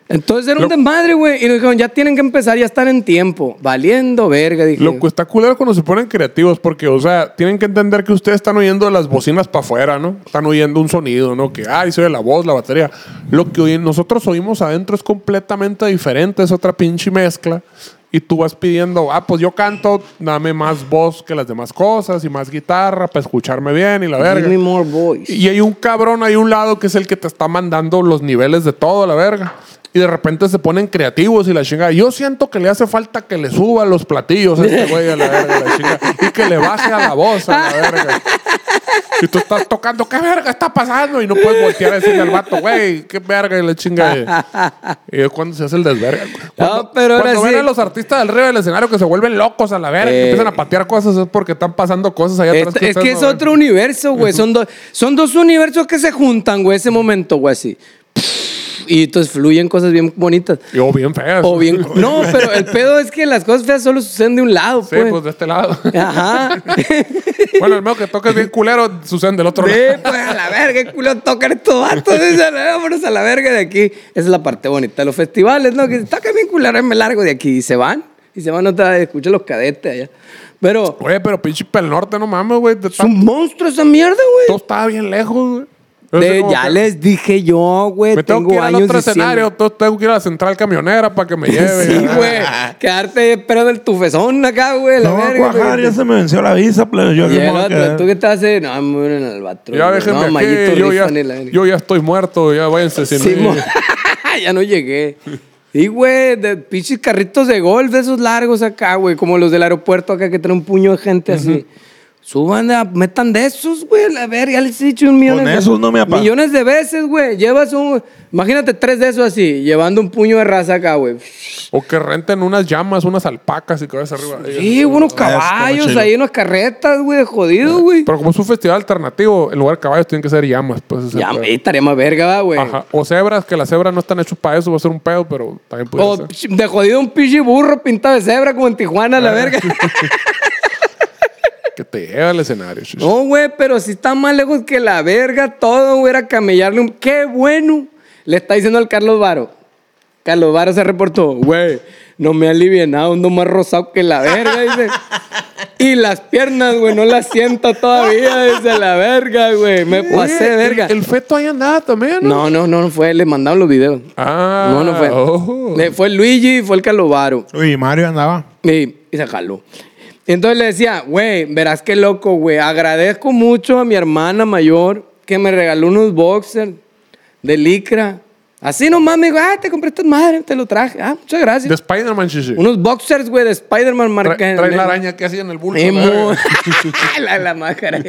Speaker 1: Entonces era un
Speaker 3: Lo-
Speaker 1: desmadre, güey. Y nos dijeron, ya tienen que empezar, ya están en tiempo. Valiendo verga, dije.
Speaker 3: Lo que está culero cuando se ponen creativos, porque, o sea, tienen que entender que ustedes están oyendo las bocinas para afuera, ¿no? Están oyendo un sonido, ¿no? Que, ay, se oye la voz, la batería. Lo que oyen- nosotros oímos adentro es completamente diferente, es otra pinche mezcla. Y tú vas pidiendo, ah, pues yo canto, dame más voz que las demás cosas y más guitarra para escucharme bien y la verga.
Speaker 1: Give me more voice.
Speaker 3: Y hay un cabrón hay un lado que es el que te está mandando los niveles de todo, la verga. Y de repente se ponen creativos y la chingada. Yo siento que le hace falta que le suba los platillos a este güey a la verga, la chingada. Y que le baje a la voz a la verga. Y tú estás tocando, ¿qué verga está pasando? Y no puedes voltear a decirle al vato, güey, qué verga y la chingada. Y es cuando se hace el desverga. Cuando,
Speaker 1: pero ahora
Speaker 3: cuando ven
Speaker 1: sí.
Speaker 3: a los artistas del río del escenario que se vuelven locos a la verga, que
Speaker 1: Eh.
Speaker 3: empiezan a patear cosas, es porque están pasando cosas allá atrás.
Speaker 1: Esta- Este, es que
Speaker 3: ustedes
Speaker 1: es
Speaker 3: no ven.
Speaker 1: otro universo, güey. Son, dos son dos universos que se juntan, güey, ese momento, güey, así. y entonces fluyen cosas bien bonitas.
Speaker 3: Y O bien feas.
Speaker 1: O bien. No, pero el pedo es que las cosas feas solo suceden de un lado,
Speaker 3: Sí,
Speaker 1: pues.
Speaker 3: pues de este lado.
Speaker 1: Ajá.
Speaker 3: bueno, el medio que toca es bien culero, suceden del otro
Speaker 1: Sí,
Speaker 3: lado.
Speaker 1: pues a la verga, qué culo tocan estos vatos. Dicen, "Eh, vámonos a la verga de aquí. Esa es la parte bonita. Los festivales, ¿no? Que tocan bien culero, me largo de aquí. Y se van. Y se van otra vez. Escucha los cadetes allá. Pero
Speaker 3: Oye, pero pinche pel norte, no mames, güey. de-
Speaker 1: es un monstruo esa mierda,
Speaker 3: Todo
Speaker 1: güey.
Speaker 3: estaba bien lejos, güey.
Speaker 1: De-
Speaker 3: Así como
Speaker 1: ya
Speaker 3: que-
Speaker 1: les dije yo, güey.
Speaker 3: Me tengo,
Speaker 1: tengo
Speaker 3: que ir al
Speaker 1: años
Speaker 3: otro
Speaker 1: diciendo-
Speaker 3: escenario, pues. todo- tengo que ir a la central camionera para que me lleve.
Speaker 1: Sí, güey. Quedarte esperando el tufezón acá, güey. La
Speaker 2: No va a
Speaker 1: verga,
Speaker 2: cuajar,
Speaker 1: güey.
Speaker 2: ya se me venció la visa, plebe. Yo
Speaker 1: Y
Speaker 2: aquí me
Speaker 1: el
Speaker 2: voy a
Speaker 1: otro,
Speaker 2: quedar.
Speaker 1: ¿tú qué te haces? No, me muero en el albatros.
Speaker 3: Ya
Speaker 1: güey.
Speaker 3: déjenme
Speaker 1: no, Mayito
Speaker 3: aquí, yo ya,
Speaker 1: rifan y la verga.
Speaker 3: yo ya estoy muerto, ya váyanse sin
Speaker 1: Sí,
Speaker 3: mí.
Speaker 1: mo- ya no llegué. Y, güey, de pinches carritos de golf, de esos largos acá, güey, como los del aeropuerto acá que traen un puño de gente así. Suban, a- metan de esos, güey, a ver, ya les he dicho un millón
Speaker 2: Con
Speaker 1: de
Speaker 2: esos no me apa-
Speaker 1: Millones de veces, güey, llevas un... Imagínate tres de esos así, llevando un puño de raza acá, güey.
Speaker 3: O que renten unas llamas, unas alpacas y cabezas arriba. de ellas.
Speaker 1: Sí, unos
Speaker 2: como
Speaker 1: caballos
Speaker 2: chilo.
Speaker 1: ahí, unas carretas, güey, jodido, güey.
Speaker 3: Pero como es un festival alternativo, en lugar de caballos tienen que ser llamas. Pues, ese
Speaker 1: Ya,
Speaker 3: pedo.
Speaker 1: ahí estaría más verga, va, güey.
Speaker 3: Ajá. O cebras, que las cebras no están hechas para eso, va a ser un pedo, pero también puede
Speaker 1: O
Speaker 3: ser.
Speaker 1: pch- de jodido un pichi burro pintado de cebra como en Tijuana, la verga.
Speaker 3: Que te lleve al escenario. chuch.
Speaker 1: No, güey, pero si está más lejos que la verga, todo, güey, era camellarle un... ¡Qué bueno! Le está diciendo al Carlos Varo. Carlos Varo se reportó, güey, no me ha alivianado, ando más rosado que la verga, dice. Y las piernas, güey, no las siento todavía, dice la verga, güey. Me
Speaker 3: Oye,
Speaker 1: pasé de
Speaker 3: el-
Speaker 1: verga.
Speaker 3: El, feto ahí andaba también, ¿no?
Speaker 1: No, no, no, no fue, le mandaron los videos.
Speaker 3: Ah,
Speaker 1: no, no fue.
Speaker 3: oh.
Speaker 1: Le- Fue Luigi y fue el Carlos Varo.
Speaker 2: Uy, Mario andaba.
Speaker 1: Y, y se jaló. Entonces le decía, güey, verás qué loco, güey. Agradezco mucho a mi hermana mayor que me regaló unos boxers de licra. Así nomás me dijo, ah, te compré estas madres, te lo traje. Ah, muchas gracias.
Speaker 3: De Spider-Man, chichi.
Speaker 1: unos boxers, güey, de Spider-Man
Speaker 3: Tra-
Speaker 1: marca.
Speaker 3: trae la araña que hacía en el bulto.
Speaker 1: Emo.
Speaker 3: la verga.
Speaker 1: la, la máscara.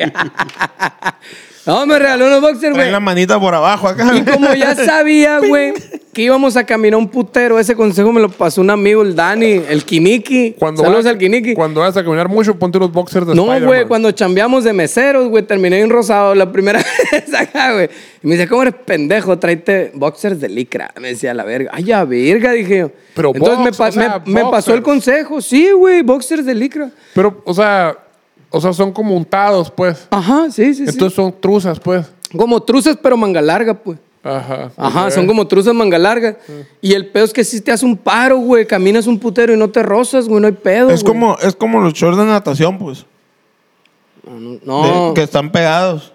Speaker 1: no, me regaló unos boxers,
Speaker 2: Trae
Speaker 1: güey.
Speaker 2: la manita por abajo acá.
Speaker 1: Y como ya sabía, güey, que íbamos a caminar un putero, ese consejo me lo pasó un amigo, el Dani, el Kiniki.
Speaker 3: Cuando
Speaker 1: Saludos
Speaker 3: vayas-
Speaker 1: al Kiniki.
Speaker 3: Cuando vas a caminar mucho, ponte unos boxers de
Speaker 1: No,
Speaker 3: Spider-Man.
Speaker 1: güey, cuando chambeamos de meseros, güey, terminé en rosado la primera vez acá, güey. Y me dice, ¿cómo eres pendejo? Tráete boxers de licra. Me decía, la verga. Ay, ya, verga, dije yo.
Speaker 3: Pero
Speaker 1: Entonces me,
Speaker 3: box,
Speaker 1: pa-
Speaker 3: o sea,
Speaker 1: me- me pasó el
Speaker 3: boxers.
Speaker 1: consejo. Sí, güey, boxers de licra.
Speaker 3: Pero, o sea, o sea, son como untados, pues.
Speaker 1: Ajá, sí, sí,
Speaker 3: Entonces son truzas, pues.
Speaker 1: sí. Como truces, pero manga larga, pues.
Speaker 3: Ajá.
Speaker 1: Ajá,
Speaker 3: Ok. Ah.
Speaker 1: son como truzas manga larga. Y el pedo es que si te hace un paro, güey, caminas un putero y no te rozas, güey, no hay pedo.
Speaker 2: Es
Speaker 1: güey.
Speaker 2: como, es como los shorts de natación, pues.
Speaker 1: No,
Speaker 2: de- que están pegados.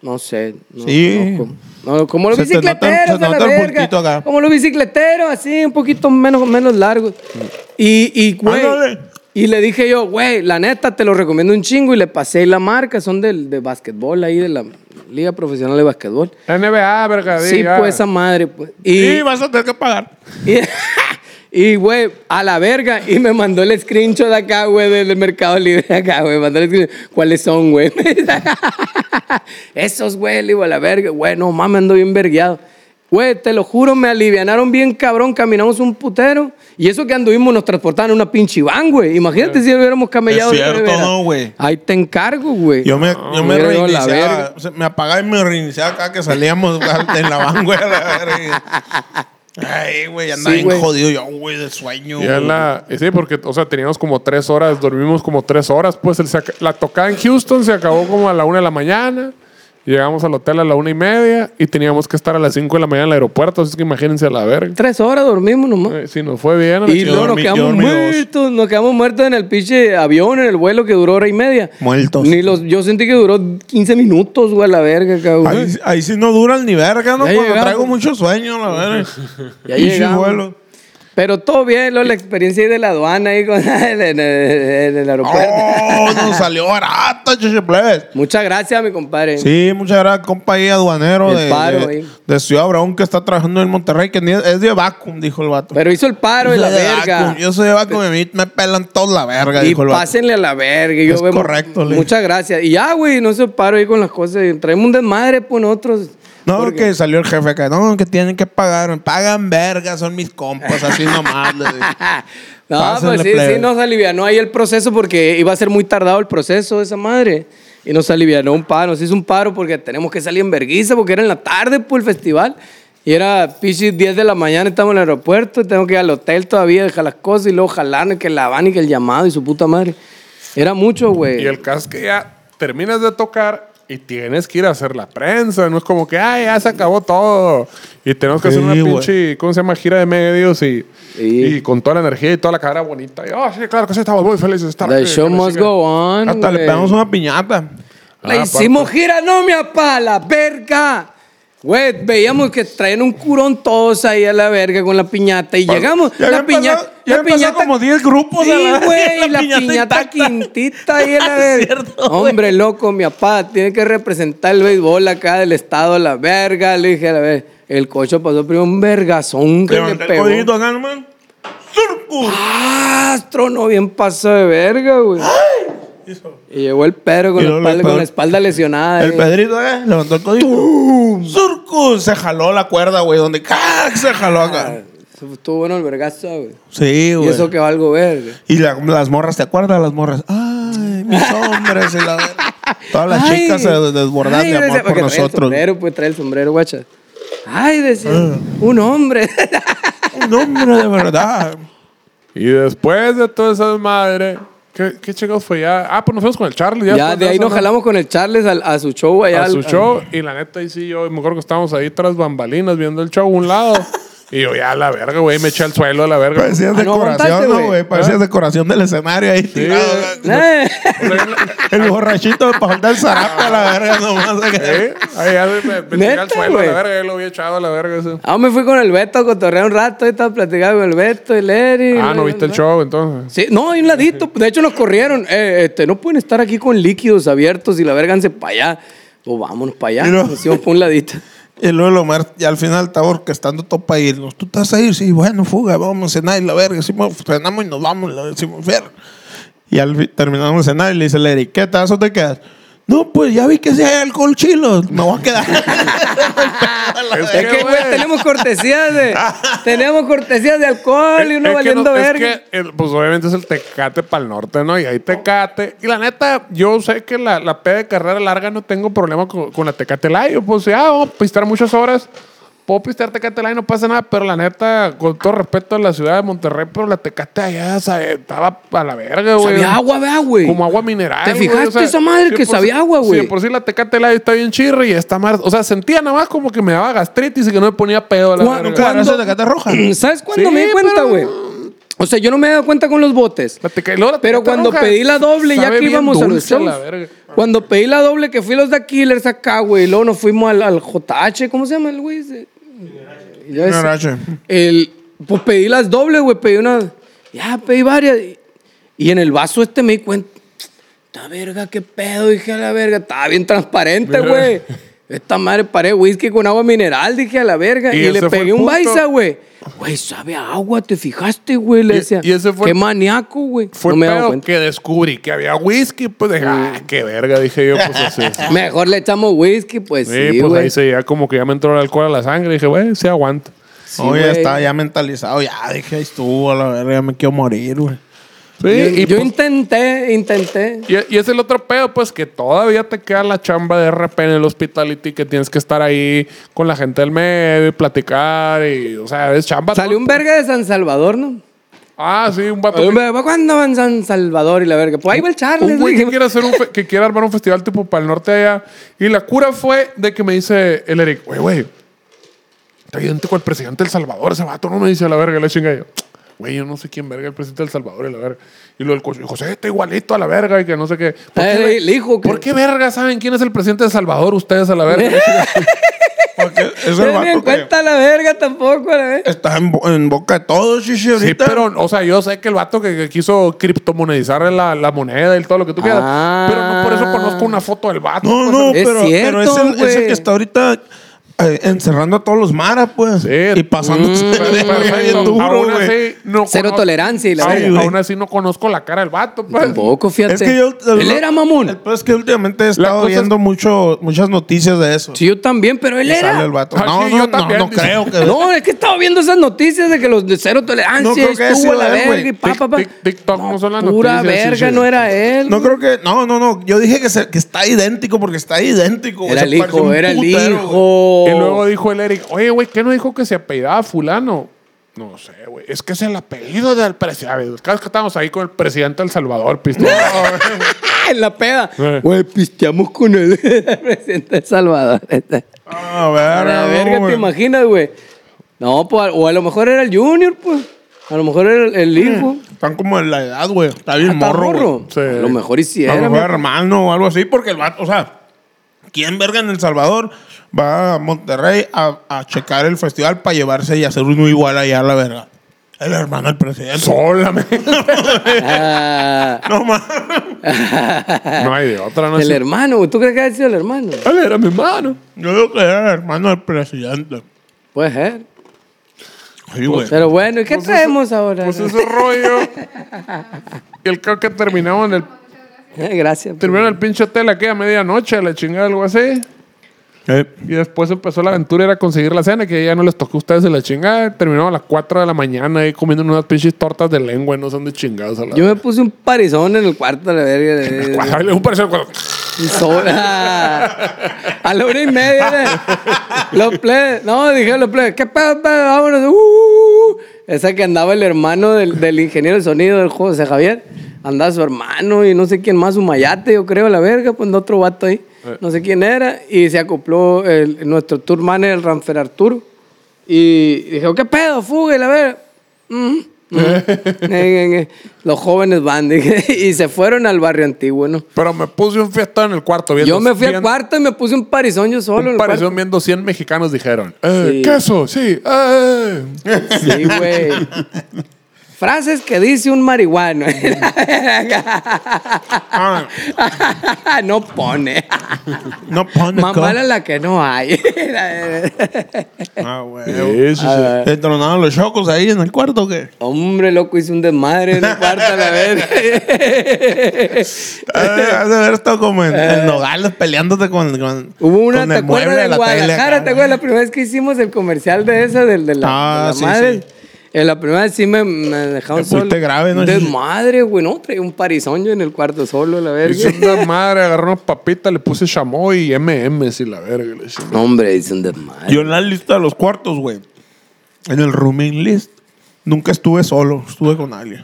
Speaker 1: No sé. No,
Speaker 2: Sí.
Speaker 1: no, como- no, como los
Speaker 2: Se te nota- se
Speaker 1: bicicleteros,
Speaker 2: te
Speaker 1: a la
Speaker 2: nota el
Speaker 1: verga.
Speaker 2: bultito acá.
Speaker 1: Como los bicicleteros, así, un poquito menos, menos largos. Y, y, güey.
Speaker 2: Ándale.
Speaker 1: Y le dije yo, güey, la neta, te lo recomiendo un chingo. Y le pasé la marca, son del, de básquetbol ahí, de la Liga Profesional de Básquetbol.
Speaker 3: NBA, verga.
Speaker 1: Sí,
Speaker 3: diga.
Speaker 1: pues, esa madre, pues.
Speaker 2: Y,
Speaker 1: Y,
Speaker 2: vas a tener que pagar.
Speaker 1: y- Y, güey, a la verga. Y me mandó el screenshot acá, güey, del del Mercado Libre acá, güey. Me mandó el screenshot. ¿Cuáles son, güey? Esos, güey, le digo, a la verga. Güey, no mames, ando bien vergueado. Güey, te lo juro, me alivianaron bien, cabrón. Caminamos un putero. Y eso que anduvimos nos transportaban en una pinche van, güey. Imagínate si hubiéramos camellado.
Speaker 2: Es
Speaker 1: de
Speaker 2: cierto,
Speaker 1: veras.
Speaker 2: no, güey.
Speaker 1: Ahí te encargo, güey.
Speaker 2: Yo me, yo me
Speaker 1: Pero la
Speaker 2: reiniciaba.
Speaker 1: verga.
Speaker 2: O sea, me apagaba y me reiniciaba cada que salíamos en la van, güey. a la verga. Ay, güey, andaba
Speaker 1: Sí,
Speaker 2: bien
Speaker 1: güey.
Speaker 2: jodido yo, güey, de sueño.
Speaker 3: Y en la- y sí, porque, o sea, teníamos como tres horas, dormimos como tres horas, pues el se ac- la tocada en Houston se acabó como a la una de la mañana, llegamos al hotel a la una y media y teníamos que estar a las cinco de la mañana en el aeropuerto, así que imagínense a la verga.
Speaker 1: Tres horas dormimos nomás.
Speaker 3: Eh, Si nos fue bien, a la
Speaker 1: Y
Speaker 3: chingada.
Speaker 1: luego nos
Speaker 2: dormí- yo
Speaker 1: quedamos
Speaker 2: dormí dos.
Speaker 1: muertos, nos quedamos muertos en el pinche avión, en el vuelo que duró hora y media.
Speaker 2: Muertos.
Speaker 1: Ni los, yo sentí que duró 15 minutos, güey, a la verga, cabrón.
Speaker 2: Ahí, ahí sí no duran ni verga, ¿no?
Speaker 1: Ya
Speaker 2: Cuando
Speaker 1: llegamos.
Speaker 2: traigo mucho sueño, la verga.
Speaker 1: Ya
Speaker 2: Pinche
Speaker 1: llegamos.
Speaker 2: vuelo.
Speaker 1: Pero todo bien, luego la experiencia ahí de la aduana ahí con, en, el, en el aeropuerto.
Speaker 2: ¡Oh! Nos salió barato, chiche plebes.
Speaker 1: Muchas gracias, mi compadre.
Speaker 2: Sí, muchas gracias, compa ahí aduanero
Speaker 1: El
Speaker 2: de,
Speaker 1: paro,
Speaker 2: de-
Speaker 1: ahí.
Speaker 2: de Ciudad Abraham que está trabajando en Monterrey, que ni- es de vacuum, dijo el vato.
Speaker 1: Pero hizo el paro de
Speaker 2: Yo
Speaker 1: la
Speaker 2: soy de
Speaker 1: verga.
Speaker 2: vacuum, Yo soy de vacuum y a mí me pelan toda la verga,
Speaker 1: Y
Speaker 2: dijo el vato.
Speaker 1: pásenle a la verga. y Yo
Speaker 2: Es
Speaker 1: vemos-
Speaker 2: correcto, le-
Speaker 1: Muchas gracias. Y ya, güey, no se paro ahí con las cosas. y Traemos un desmadre por nosotros.
Speaker 2: No, que salió el jefe acá. No, que tienen que pagar. Pagan verga, son mis compas, así nomás. le digo.
Speaker 1: Ah, No,
Speaker 2: Pásenle,
Speaker 1: pues sí,
Speaker 2: plebe.
Speaker 1: sí, nos alivianó ahí el proceso porque iba a ser muy tardado el proceso de esa madre. Y nos alivianó un paro, nos hizo un paro porque tenemos que salir en verguiza porque era en la tarde, pues, el festival. Y era pichi 10 de la mañana, estamos en el aeropuerto, tengo que ir al hotel todavía, dejar las cosas y luego jalarme que la van y que el llamado y su puta madre. Era mucho, güey.
Speaker 3: Y el caso es que ya terminas de tocar y tienes que ir a hacer la prensa. No es como que, ah, ya se acabó todo. Y tenemos que hacer
Speaker 2: Sí,
Speaker 3: una
Speaker 2: güey.
Speaker 3: pinche, ¿cómo se llama? Gira de medios y,
Speaker 1: Sí.
Speaker 3: y con toda la energía y toda la cara bonita. Y, oh, sí, claro que sí, estamos muy felices de estar
Speaker 1: The
Speaker 3: aquí,
Speaker 1: show
Speaker 3: que no sé
Speaker 1: must
Speaker 3: qué.
Speaker 1: go on.
Speaker 2: Hasta le
Speaker 1: güey.
Speaker 2: pegamos una piñata.
Speaker 1: La
Speaker 3: Ah,
Speaker 1: hicimos gira, no me apa, la verga. Güey, veíamos que traían un curón todos ahí a la verga con la piñata y llegamos.
Speaker 2: Ya
Speaker 1: la
Speaker 2: habían pasado-
Speaker 1: piñata.
Speaker 2: ya
Speaker 1: La
Speaker 2: habían pasado
Speaker 1: piñata.
Speaker 2: como 10 grupos
Speaker 1: Sí,
Speaker 2: a la-
Speaker 1: güey, la,
Speaker 2: la piñata
Speaker 1: piñata
Speaker 2: intacta.
Speaker 1: quintita ahí a la
Speaker 2: Es
Speaker 1: verga.
Speaker 2: cierto, güey.
Speaker 1: Hombre, loco, mi papá tiene que representar el béisbol acá del estado a la verga. Le dije, a la verga. El cocho pasó primero un vergazón que le
Speaker 2: Levanté el
Speaker 1: pegó.
Speaker 2: codito acá, hermano. ¡Surco!
Speaker 1: ¡Ah! Trono bien paso de verga, güey. Y llegó el Pedro con,
Speaker 2: Y
Speaker 1: la
Speaker 2: luego el
Speaker 1: espalda, con
Speaker 2: Pedro-
Speaker 1: la espalda lesionada.
Speaker 2: El
Speaker 1: eh.
Speaker 2: Pedrito acá levantó el codito. ¡Surco! Se jaló la cuerda, güey. Donde ¡cac! se jaló acá.
Speaker 1: Estuvo bueno el vergazo, güey.
Speaker 2: Sí,
Speaker 1: Ah. Y
Speaker 2: güey.
Speaker 1: eso que va algo verde.
Speaker 2: Y la- las morras, ¿te acuerdas? Las morras. Ay, mis hombres. y la- Todas las
Speaker 1: Ay,
Speaker 2: chicas se desbordan
Speaker 1: ay,
Speaker 2: de amor
Speaker 1: decía,
Speaker 2: por
Speaker 1: porque trae El
Speaker 2: nosotros. Ah.
Speaker 1: sombrero, pues trae el sombrero, guacha. Ay, decía, un hombre.
Speaker 2: Un hombre de verdad.
Speaker 3: Y después de toda esa madre, ¿qué, qué chingados fue ya? Ah, pues nos fuimos con el Charlie. Ya,
Speaker 1: ya
Speaker 3: después
Speaker 1: de ahí
Speaker 3: eso,
Speaker 1: nos
Speaker 3: ¿no?
Speaker 1: jalamos con el Charles al- a, su show allá.
Speaker 3: a su
Speaker 1: al-
Speaker 3: show. Y la neta, ahí sí, yo me acuerdo que estábamos ahí tras bambalinas viendo el show a un lado. y yo, ya, a la verga, güey, me eché al suelo a la verga.
Speaker 2: Parecías
Speaker 1: Ah, no aguantaste,
Speaker 2: decoración, ¿no,
Speaker 1: güey? Ah.
Speaker 2: güey? Parecías decoración del escenario ahí tirado.
Speaker 1: al- Eh,
Speaker 2: El borrachito para faltar el zarape a la verga nomás. acá.
Speaker 3: ¿Eh? Ahí ya me, me tiré al
Speaker 1: Neta,
Speaker 3: suelo a
Speaker 1: güey.
Speaker 3: la verga, ya lo había echado a la verga. Eso.
Speaker 1: Ah, me fui con el Beto a cotorrear un rato. Ahí estaba platicando con el Beto, el Eric.
Speaker 3: Ah, no viste el show entonces.
Speaker 1: Sí, no, hay un ladito. De hecho, nos corrieron. Eh, este, no pueden estar aquí con líquidos abiertos y la verganse para allá. Pues vámonos para allá.
Speaker 2: Y no.
Speaker 1: Nos íbamos por un ladito.
Speaker 2: Y luego el Omar, ya al final estaba orquestando todo para irnos. Tú estás a ir, sí, bueno, fuga, vamos a cenar y la verga. Sí, mo- cenamos y nos vamos, la decimos, ver. Y al fin terminamos de cenar y le dice la Eric, ¿qué tazo te quedas? No, pues ya vi que si hay alcohol chilo, me voy a quedar.
Speaker 3: Es
Speaker 1: Es que, güey, tenemos cortesías de. tenemos cortesías de alcohol y
Speaker 3: Es
Speaker 1: uno
Speaker 3: que
Speaker 1: valiendo
Speaker 3: no- es
Speaker 1: verga.
Speaker 3: que, eh, pues obviamente es el Tecate para el norte, ¿no? Y ahí Tecate. Y la neta, yo sé que la, la P de carrera larga no tengo problema con, con la Tecate Light. Yo, Pues ya, vamos a pistear muchas horas. Puedo pistear Tecate Light, no pasa nada. Pero la neta, con todo respeto a la ciudad de Monterrey, pero la Tecate allá sabe, estaba a la verga, güey.
Speaker 1: Sabía agua, vea, güey.
Speaker 3: Como agua mineral.
Speaker 1: ¿Te
Speaker 3: güey,
Speaker 1: fijaste esa madre
Speaker 3: sí,
Speaker 1: que
Speaker 3: por
Speaker 1: sabía
Speaker 3: sí-
Speaker 1: agua, güey?
Speaker 3: Sí, por si la Tecate Light está bien chirra y está más. O sea, sentía nada más como que me daba gastritis y que no me ponía pedo. a La
Speaker 1: Gua-
Speaker 3: verga.
Speaker 1: gua-
Speaker 2: ¿Cuándo? de cata roja?
Speaker 1: ¿Sabes cuándo
Speaker 3: Sí,
Speaker 1: me di cuenta,
Speaker 3: pero-
Speaker 1: güey? O sea, yo no me he dado cuenta con los botes.
Speaker 3: La teca- y luego la
Speaker 1: Pero
Speaker 3: teca
Speaker 1: cuando
Speaker 3: roja
Speaker 1: pedí la doble, ya
Speaker 3: sabe
Speaker 1: que
Speaker 3: bien
Speaker 1: íbamos a los
Speaker 3: dulce
Speaker 1: shows.
Speaker 3: la verga.
Speaker 1: Cuando pedí la doble, que fui los de Killers acá, güey. y Luego nos fuimos al, al JH, ¿cómo se llama el güey? ese? Ya ese.
Speaker 2: Ignarache.
Speaker 1: El, pues pedí las dobles, güey. Pedí una. Ya, pedí varias. Y, y en el vaso este me di cuenta. Esta verga, qué pedo, dije a la verga. Estaba bien transparente,
Speaker 3: Mira.
Speaker 1: güey. Esta madre paré whisky con agua mineral, dije a la verga.
Speaker 3: Y
Speaker 1: Y,
Speaker 3: ese
Speaker 1: le
Speaker 3: fue el
Speaker 1: pegué un
Speaker 3: punto.
Speaker 1: baisa, güey. Güey, sabe a agua, ¿te fijaste, güey? Le
Speaker 3: Y-
Speaker 1: decía.
Speaker 3: y ese fue-
Speaker 1: Qué maníaco, güey.
Speaker 3: Fue
Speaker 1: no me he
Speaker 3: el
Speaker 1: dado
Speaker 3: pedo
Speaker 1: cuenta.
Speaker 3: que descubrí que había whisky, pues dije, ah, qué verga, dije yo, pues así. sí,
Speaker 1: Mejor le echamos whisky, pues sí,
Speaker 3: pues
Speaker 1: güey.
Speaker 3: ahí se ya como que ya me entró el alcohol a la sangre, dije, güey, sí aguanta.
Speaker 1: Sí,
Speaker 2: Oye,
Speaker 1: güey.
Speaker 2: estaba ya mentalizado, ya dije, ahí estuvo, a la verga, ya me quiero morir, güey.
Speaker 3: Sí,
Speaker 1: Yo,
Speaker 3: y,
Speaker 1: yo
Speaker 3: pues,
Speaker 1: intenté, intenté.
Speaker 3: y- y es el otro pedo, pues que todavía te queda la chamba de RP en el hospitality, que tienes que estar ahí con la gente del medio y platicar, y, o sea, es chamba.
Speaker 1: Salió un
Speaker 3: ¿no?
Speaker 1: verga de San Salvador, ¿no?
Speaker 3: Ah, sí, un vato.
Speaker 1: Oye,
Speaker 3: que-
Speaker 1: hombre, ¿Cuándo van San Salvador y la verga? Pues ahí va el Charles.
Speaker 3: Un güey que
Speaker 1: güey.
Speaker 3: quiere, hacer un fe- que quiere armar un festival tipo para el norte allá. Y la cura fue de que me dice el Eric, güey, güey, está idéntico al presidente del Salvador, ese vato no me dice a la verga, le chinga yo. Güey, yo no sé quién verga el presidente del Salvador y la verga. Y luego el coche dijo, "Sí, está igualito a la verga y que no sé qué. ¿Por
Speaker 1: Eh,
Speaker 3: qué,
Speaker 1: le- le dijo que-
Speaker 3: ¿por qué verga saben quién es el presidente de Salvador ustedes a la verga? Le chinga yo.
Speaker 2: Porque es
Speaker 1: No
Speaker 2: el
Speaker 1: me di
Speaker 2: vato que
Speaker 1: cuenta la verga tampoco, la verga.
Speaker 2: está en, bo- en boca de todos, chichi, ahorita.
Speaker 3: Sí, pero, o sea, yo sé que el vato que, que quiso criptomonetizar la, la moneda y todo lo que tú quieras.
Speaker 1: Ah.
Speaker 3: Pero no por eso conozco una foto del vato.
Speaker 2: No,
Speaker 3: pues,
Speaker 2: no,
Speaker 1: Es
Speaker 2: pero,
Speaker 1: cierto,
Speaker 2: pero es, el, es el
Speaker 1: güey.
Speaker 2: que está ahorita eh, encerrando a todos los maras, pues.
Speaker 3: Sí.
Speaker 2: Y pasándose
Speaker 1: Mm,
Speaker 2: de verga bien
Speaker 3: Perfecto.
Speaker 2: duro,
Speaker 3: Aún
Speaker 2: güey.
Speaker 3: así, no
Speaker 1: Cero
Speaker 3: conozco-
Speaker 1: tolerancia y la
Speaker 3: aún-
Speaker 1: verga.
Speaker 2: güey.
Speaker 3: Aún así no conozco la cara del vato. pues.
Speaker 1: Tampoco, fíjate.
Speaker 2: Es que yo...
Speaker 1: él era
Speaker 2: El
Speaker 1: mamón.
Speaker 2: peor es que últimamente he estado
Speaker 3: cosa es-
Speaker 2: viendo mucho, muchas noticias de eso.
Speaker 1: Sí, yo también, pero él
Speaker 2: Y sale
Speaker 1: era.
Speaker 2: el vato.
Speaker 3: Ah,
Speaker 2: No,
Speaker 3: sí,
Speaker 2: no,
Speaker 3: yo
Speaker 2: no,
Speaker 3: también,
Speaker 2: no
Speaker 3: dice.
Speaker 2: creo que...
Speaker 1: No, es que estaba viendo esas noticias de que los de cero
Speaker 2: No
Speaker 1: tolerancia
Speaker 2: creo que haya
Speaker 1: estuvo
Speaker 2: sido
Speaker 1: a la
Speaker 2: él,
Speaker 1: verga
Speaker 2: güey.
Speaker 1: y pa, pa, pa.
Speaker 3: Tic- tic- TikTok no son las
Speaker 1: Pura
Speaker 3: noticias, sí,
Speaker 1: verga,
Speaker 3: sí.
Speaker 1: no era él.
Speaker 2: No creo que... No, no, no. Yo dije que, se- que está idéntico porque está idéntico. güey.
Speaker 1: Era
Speaker 2: Se
Speaker 1: el
Speaker 2: parece un
Speaker 1: hijo, era el
Speaker 2: putero, güey.
Speaker 1: hijo.
Speaker 3: Y luego dijo el Eric, oye, güey, ¿qué no dijo que se apellidaba fulano? No sé, güey. Es que es el apellido del presidente. Cada vez que estábamos ahí con el presidente de El Salvador, pistola.
Speaker 1: Ah, en la peda.
Speaker 3: Eh.
Speaker 1: Güey, pisteamos con el presidente de Salvador.
Speaker 2: Ah,
Speaker 1: A
Speaker 2: verga,
Speaker 1: la verga,
Speaker 2: güey.
Speaker 1: ¿te imaginas, güey? No, pues, o a lo mejor era el Junior, pues. A lo mejor era el, el hijo.
Speaker 2: Están como en la edad, güey. Está bien
Speaker 1: Hasta
Speaker 2: morro, güey.
Speaker 1: morro.
Speaker 3: Sí.
Speaker 1: A lo mejor
Speaker 2: A lo
Speaker 1: hiciera.
Speaker 2: mejor
Speaker 1: güey.
Speaker 2: hermano o algo así, porque el vato, o sea, ¿quién verga en El Salvador va a Monterrey a, a checar el festival para llevarse y hacer uno igual allá, la verga? El hermano del presidente.
Speaker 3: Solamente.
Speaker 1: Ah,
Speaker 2: No mames.
Speaker 3: No hay de otra, no
Speaker 1: el
Speaker 3: sé.
Speaker 1: hermano, güey. ¿Tú crees que ha sido el hermano?
Speaker 3: Él era mi hermano.
Speaker 2: Yo creo que era el hermano del presidente.
Speaker 1: Puede ser.
Speaker 2: Sí, güey.
Speaker 1: Pero bueno, ¿y qué
Speaker 3: Pues eso-
Speaker 1: traemos ahora?
Speaker 3: Pues ese rollo. Y el creo que terminamos en el,
Speaker 1: Eh, Gracias. pues.
Speaker 3: terminó en el pinche hotel aquí a medianoche, a la chingada, algo así.
Speaker 2: Eh,
Speaker 3: Y después empezó la aventura, era conseguir la cena, que ya no les tocó a ustedes de la chingada. Terminaron a las 4 de la mañana ahí comiendo unas pinches tortas de lengua y no son de chingados a la
Speaker 1: Yo eh, me puse un parizón en el cuarto, la verga. de-
Speaker 3: Guau, le- un parecido cuando-
Speaker 1: Y sola. A la una y media. era- Los plebes. No, dije a los plebes. ¿Qué pedo, pedo? Vámonos. Uh, uh, uh. Esa que andaba el hermano del, del ingeniero de sonido del José Javier. Andaba su hermano y no sé quién más, su mayate, yo creo, la verga, pues otro vato ahí. No sé quién era. Y se acopló el- nuestro tour manager, el Ranfer Arturo. Y dije, ¿qué pedo? Fuga, y la verga. Mm, mm. Eh, eh, eh. Los jóvenes van, dije, y se fueron al barrio antiguo, ¿no?
Speaker 3: Pero me puse un fiesta en el cuarto viendo.
Speaker 1: Yo me fui al
Speaker 3: viendo-
Speaker 1: cuarto y me puse un parizón yo solo. en
Speaker 3: Pues Un
Speaker 1: el
Speaker 3: pareció
Speaker 1: cuarto.
Speaker 3: viendo 100 mexicanos dijeron, eh,
Speaker 1: Sí.
Speaker 3: queso, sí, eh.
Speaker 1: Sí, güey. Frases que dice un marihuano.
Speaker 2: Ah,
Speaker 1: no pone.
Speaker 2: no pone
Speaker 1: Mamá
Speaker 2: co-
Speaker 1: era la que no hay.
Speaker 2: Ah, güey.
Speaker 3: Sí, sí, sí.
Speaker 1: Ah.
Speaker 2: ¿Te tronaron los chocos ahí en el cuarto o qué?
Speaker 1: Hombre, loco, hice un desmadre en el cuarto a la vez.
Speaker 2: Ah, Has de haber estado como en, en Nogales peleándote con, con
Speaker 1: Eh. Hubo una,
Speaker 2: con
Speaker 1: ¿te
Speaker 2: el mueble
Speaker 1: acuerdas de
Speaker 2: la tele
Speaker 1: Guadalajara?
Speaker 2: acá,
Speaker 1: ¿Te acuerdas la primera vez que hicimos el comercial de esa, del de la,
Speaker 2: Ah,
Speaker 1: de la
Speaker 2: sí,
Speaker 1: madre?
Speaker 2: sí.
Speaker 1: Eh, la primera vez sí me, me dejaron
Speaker 2: Te fuiste
Speaker 1: solo.
Speaker 2: grave, ¿no?
Speaker 1: De madre, güey, no, traía un parizón yo en el cuarto solo, la verga.
Speaker 3: Hice una madre, agarré unas papitas, le puse chamoy y MMs y la verga. le hice.
Speaker 1: No, hombre, hice un desmadre.
Speaker 2: Yo en la lista de los cuartos, güey. En el rooming list. Nunca estuve solo, estuve con alguien.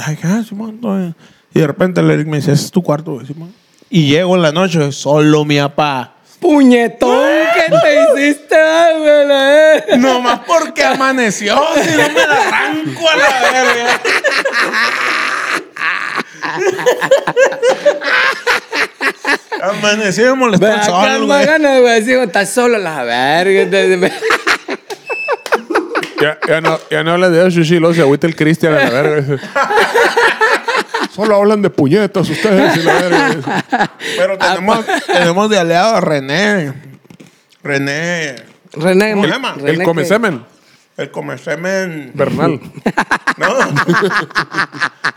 Speaker 2: Ay, ah, Simón, todo bien. Y de repente el Eric me dice, ese es tu cuarto, güey, Simón. Y llego en la noche, solo mi papá.
Speaker 1: ¡Puñetón
Speaker 2: ¡Ah!
Speaker 1: que te hiciste, ay, güey! la verga.
Speaker 2: Nomás porque amaneció, si no me la arranco a la verga. amaneció y me molestó el
Speaker 1: Acá
Speaker 2: sol,
Speaker 1: más
Speaker 2: güey.
Speaker 1: ganas, güey. Así, güey, estás solo, la verga. te-
Speaker 3: Ya, ya no, ya no hablan de eso, sí, luego se agüita el Cristian a la verga. Solo hablan de puñetas ustedes y la verga.
Speaker 2: Pero tenemos, tenemos de aliado a René. René.
Speaker 1: René,
Speaker 2: ¿Cómo se llama?
Speaker 1: René
Speaker 3: El
Speaker 1: que-
Speaker 3: come semen,
Speaker 2: El Comensemen.
Speaker 3: Bernal.
Speaker 2: No.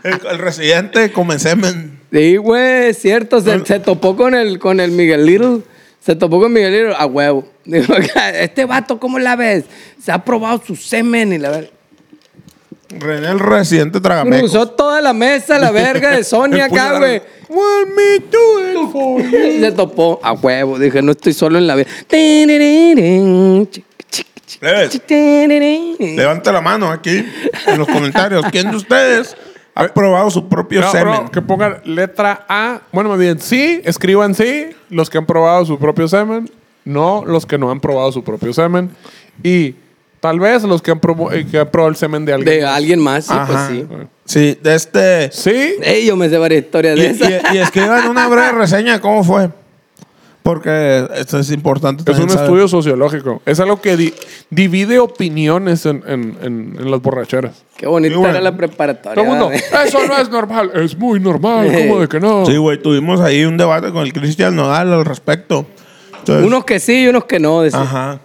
Speaker 2: el, el residente de Comensemen.
Speaker 1: Sí, güey, es cierto.
Speaker 2: Ah.
Speaker 1: Se, se topó con el, con el Miguel Little. Se topó con Miguel Little a huevo. Digo, este vato, ¿cómo la ves? Se ha probado su semen y la verga.
Speaker 2: René, el residente Tragameco.
Speaker 1: Cruzó toda la mesa, la verga de Sonia
Speaker 2: El puño
Speaker 1: acá,
Speaker 2: largo.
Speaker 1: güey.
Speaker 3: What me do it for you.
Speaker 1: Se topó a huevo. Dije, no estoy solo en la vida.
Speaker 2: Plebes, levante la mano aquí en los comentarios. ¿Quién de ustedes ha probado su propio
Speaker 3: No,
Speaker 2: semen?
Speaker 3: bro, que pongan letra A. Bueno, más bien, sí, escriban sí, los que han probado su propio semen. No, los que no han probado su propio semen. Y tal vez los que han, probo- eh, que han probado el semen de alguien.
Speaker 1: De alguien más, sí, pues
Speaker 2: Ajá.
Speaker 1: sí.
Speaker 2: Sí, de este.
Speaker 3: Sí,
Speaker 1: Ey, yo me sé varias historias
Speaker 2: Y,
Speaker 1: de esas.
Speaker 2: y- y escriban una breve reseña de cómo fue. Porque esto es importante.
Speaker 3: Es
Speaker 2: también
Speaker 3: un
Speaker 2: saber.
Speaker 3: estudio sociológico. Es algo que di- divide opiniones en, en- en- en las borracheras.
Speaker 1: Qué bonita
Speaker 2: Sí, güey.
Speaker 1: era la preparatoria.
Speaker 3: Todo el mundo,
Speaker 1: ¿verdad?
Speaker 3: eso no es normal. Es muy normal.
Speaker 1: Sí.
Speaker 3: ¿Cómo de que no?
Speaker 2: Sí, güey, tuvimos ahí un debate con el Cristian Nodal al respecto. Entonces,
Speaker 1: unos que sí y unos que no. decía.
Speaker 2: Ajá.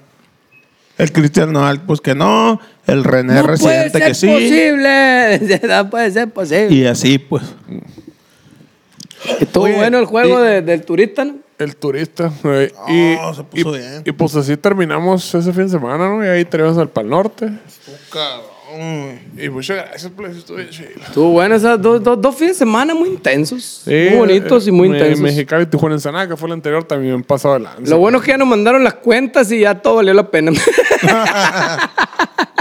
Speaker 2: El Cristian Nodal, pues que no. El René
Speaker 1: No puede
Speaker 2: Residente
Speaker 1: ser
Speaker 2: que sí.
Speaker 1: posible. Decía, No puede ser posible.
Speaker 2: Y así, pues.
Speaker 1: Estuvo
Speaker 2: Oye,
Speaker 1: bueno el juego
Speaker 2: y-
Speaker 1: de- del turista, ¿no?
Speaker 3: El turista. güey.
Speaker 2: Oh, se puso
Speaker 3: y-
Speaker 2: bien.
Speaker 3: y pues así terminamos ese fin de semana, ¿no? Y ahí tenemos al Pal Norte.
Speaker 2: güey.
Speaker 3: Y muchas gracias por esto.
Speaker 1: Estuvo bueno, esas dos, dos, dos fines de semana muy intensos. muy bonitos y muy intensos.
Speaker 3: Mexicali, Tijuana, Ensenada, que fue el anterior, también pasado de lanza.
Speaker 1: Lo bueno es que ya nos mandaron las cuentas y ya todo valió la pena.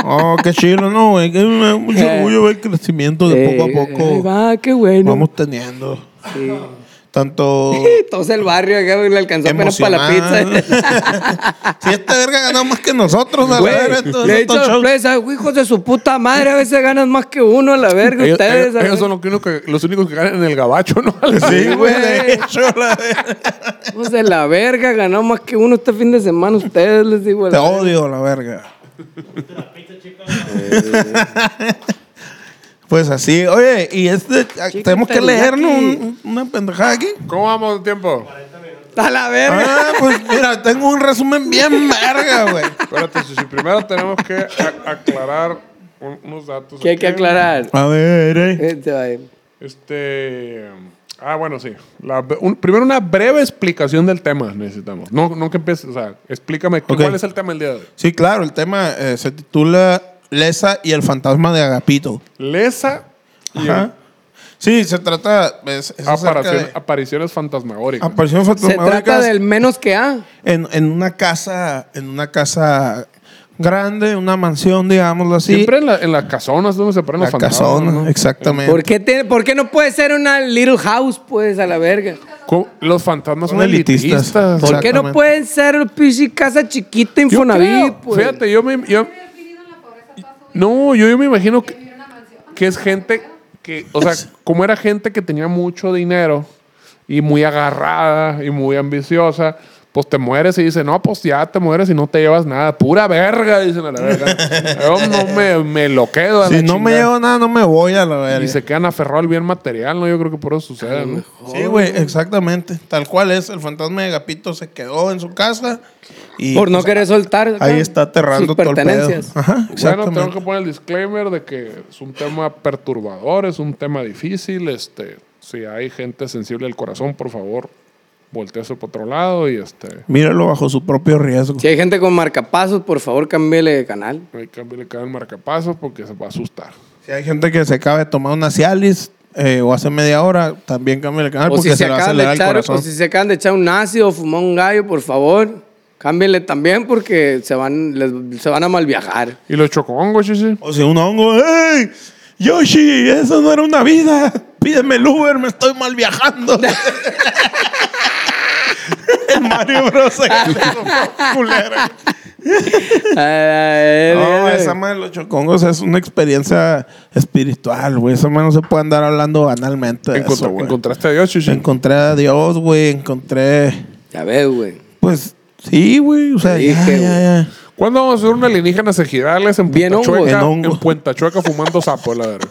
Speaker 2: Oh, qué chido, ¿no, güey? Que me da mucho
Speaker 1: Eh.
Speaker 2: orgullo ver el crecimiento de poco a
Speaker 1: Ahí
Speaker 2: poco.
Speaker 1: va, qué bueno.
Speaker 2: Vamos teniendo. Tanto
Speaker 1: Todos el barrio acá le alcanzó apenas para la
Speaker 2: emocional.
Speaker 1: pizza.
Speaker 2: Si esta verga ganó más que nosotros, a la
Speaker 1: Güey,
Speaker 2: verga, estos-
Speaker 1: le he
Speaker 2: estos
Speaker 1: dicho
Speaker 2: shows.
Speaker 1: sorpresa, hijos de su puta madre, a veces ganan más que uno, a la verga,
Speaker 3: Ellos,
Speaker 1: ustedes.
Speaker 3: ellos-
Speaker 1: a la
Speaker 3: ellos son
Speaker 1: verga.
Speaker 3: los, que uno que- los únicos que ganan en el gabacho, ¿no?
Speaker 2: Sí, güey,
Speaker 1: güey.
Speaker 2: de hecho, la verga.
Speaker 1: Hijos de la verga, ganó más que uno este fin de semana, ustedes les digo. a
Speaker 2: Te
Speaker 1: la verga.
Speaker 2: odio, la verga. Pues así, oye, y este, a- tenemos que leernos un- una pendejada aquí.
Speaker 3: ¿Cómo vamos de tiempo?
Speaker 1: A la verga.
Speaker 2: Ah, pues mira, tengo un resumen bien verga, güey.
Speaker 3: Espérate, si primero tenemos que a- aclarar un- unos datos.
Speaker 1: Que hay que
Speaker 3: aquí.
Speaker 1: aclarar.
Speaker 2: A ver, eh.
Speaker 1: Eh, se va a ir.
Speaker 3: Este. Ah, bueno, sí. La- un- primero, una breve explicación del tema necesitamos. No, no que empieces. O sea, explícame
Speaker 2: Ok.
Speaker 3: cuál es el tema del día de hoy.
Speaker 2: Sí, claro, el tema eh, se titula Lesa y el fantasma de Agapito.
Speaker 3: Lesa y
Speaker 2: Ajá. Sí, se trata. Es, es acerca
Speaker 3: aparición-
Speaker 2: de-
Speaker 3: apariciones fantasmagóricas.
Speaker 2: apariciones
Speaker 1: Se trata
Speaker 2: fantasmagóricas
Speaker 1: del menos que A.
Speaker 2: en, en una casa, en una casa grande, una mansión, digámoslo así.
Speaker 3: Siempre en, la- en las casonas donde se aparecen
Speaker 2: la
Speaker 3: los fantasmas.
Speaker 2: casona,
Speaker 3: ¿no?
Speaker 2: exactamente.
Speaker 1: ¿Por qué, tiene- ¿Por qué no puede ser una Little House, pues, a la verga?
Speaker 3: Co- Los fantasmas son,
Speaker 2: Son elitistas.
Speaker 3: elitistas.
Speaker 1: ¿Por qué no
Speaker 2: Exactamente.
Speaker 1: pueden ser pinche casa chiquita
Speaker 3: Yo
Speaker 1: Infonavit,
Speaker 3: creo-
Speaker 1: pues?
Speaker 3: Fíjate, yo me. yo- no, yo, yo me imagino que, que es gente que. O sea, como era gente que tenía mucho dinero y muy agarrada y muy ambiciosa. Pues te mueres y dicen, no, pues ya te mueres y no te llevas nada. Pura verga, dicen a la verga. Yo no me, me lo quedo. a la
Speaker 2: si no me
Speaker 3: chingada.
Speaker 2: llevo nada, no me voy a la
Speaker 3: Y
Speaker 2: verga.
Speaker 3: se quedan aferrados al bien material, ¿no? Yo creo que por eso sucede, ¿no?
Speaker 1: "Oh,
Speaker 2: Sí, güey, exactamente. Tal cual es. El fantasma de Agapito se quedó en su casa. Y,
Speaker 1: Por no
Speaker 2: pues,
Speaker 1: querer soltar.
Speaker 2: Ahí está aterrando
Speaker 1: sus
Speaker 2: todo el pedo.
Speaker 1: pertenencias.
Speaker 2: Ajá,
Speaker 3: Bueno,
Speaker 2: exactamente.
Speaker 3: tengo que poner el disclaimer de que es un tema perturbador, es un tema difícil. Este, si hay gente sensible del corazón, por favor, volteese por otro lado y este.
Speaker 2: Míralo bajo su propio riesgo.
Speaker 1: Si hay gente con marcapasos, por favor, cámbiale de canal.
Speaker 3: Hay que le caen marcapasos porque se va a asustar.
Speaker 2: Si hay gente que se acaba de tomar una Cialis eh, o hace media hora, también cambia el canal
Speaker 1: O
Speaker 2: Ah, porque se,
Speaker 1: si, se
Speaker 2: le va a
Speaker 1: acaban de
Speaker 2: acelerar el
Speaker 1: echar,
Speaker 2: corazón.
Speaker 1: o si se acaban de echar un ácido o fumar un gallo, por favor, cámbienle también porque se van, les- se van a mal viajar.
Speaker 3: ¿Y los chocongos, chichi?
Speaker 2: O si un hongo, ¡Ey! Yoshi, eso no era una vida. Pídeme el Uber, me estoy mal viajando. el Mario Bros. se culero. No, esa madre de los chocongos es una experiencia espiritual, güey. Esa madre no se puede andar hablando banalmente de
Speaker 3: Encontra-
Speaker 2: eso, güey.
Speaker 3: ¿Encontraste a Dios, chichi?
Speaker 2: Encontré a Dios, güey. Encontré...
Speaker 1: Ya ves, güey.
Speaker 2: Pues sí, güey. O sea,
Speaker 1: Te
Speaker 2: ya,
Speaker 1: dije,
Speaker 2: ya,
Speaker 1: güey.
Speaker 2: ya.
Speaker 3: ¿Cuándo vamos a hacer una alienígena ejidales en
Speaker 1: Bien
Speaker 3: Puenta
Speaker 1: hongos.
Speaker 3: Chueca?
Speaker 2: En hongos.
Speaker 3: En Puenta Chueca fumando sapo, la verdad.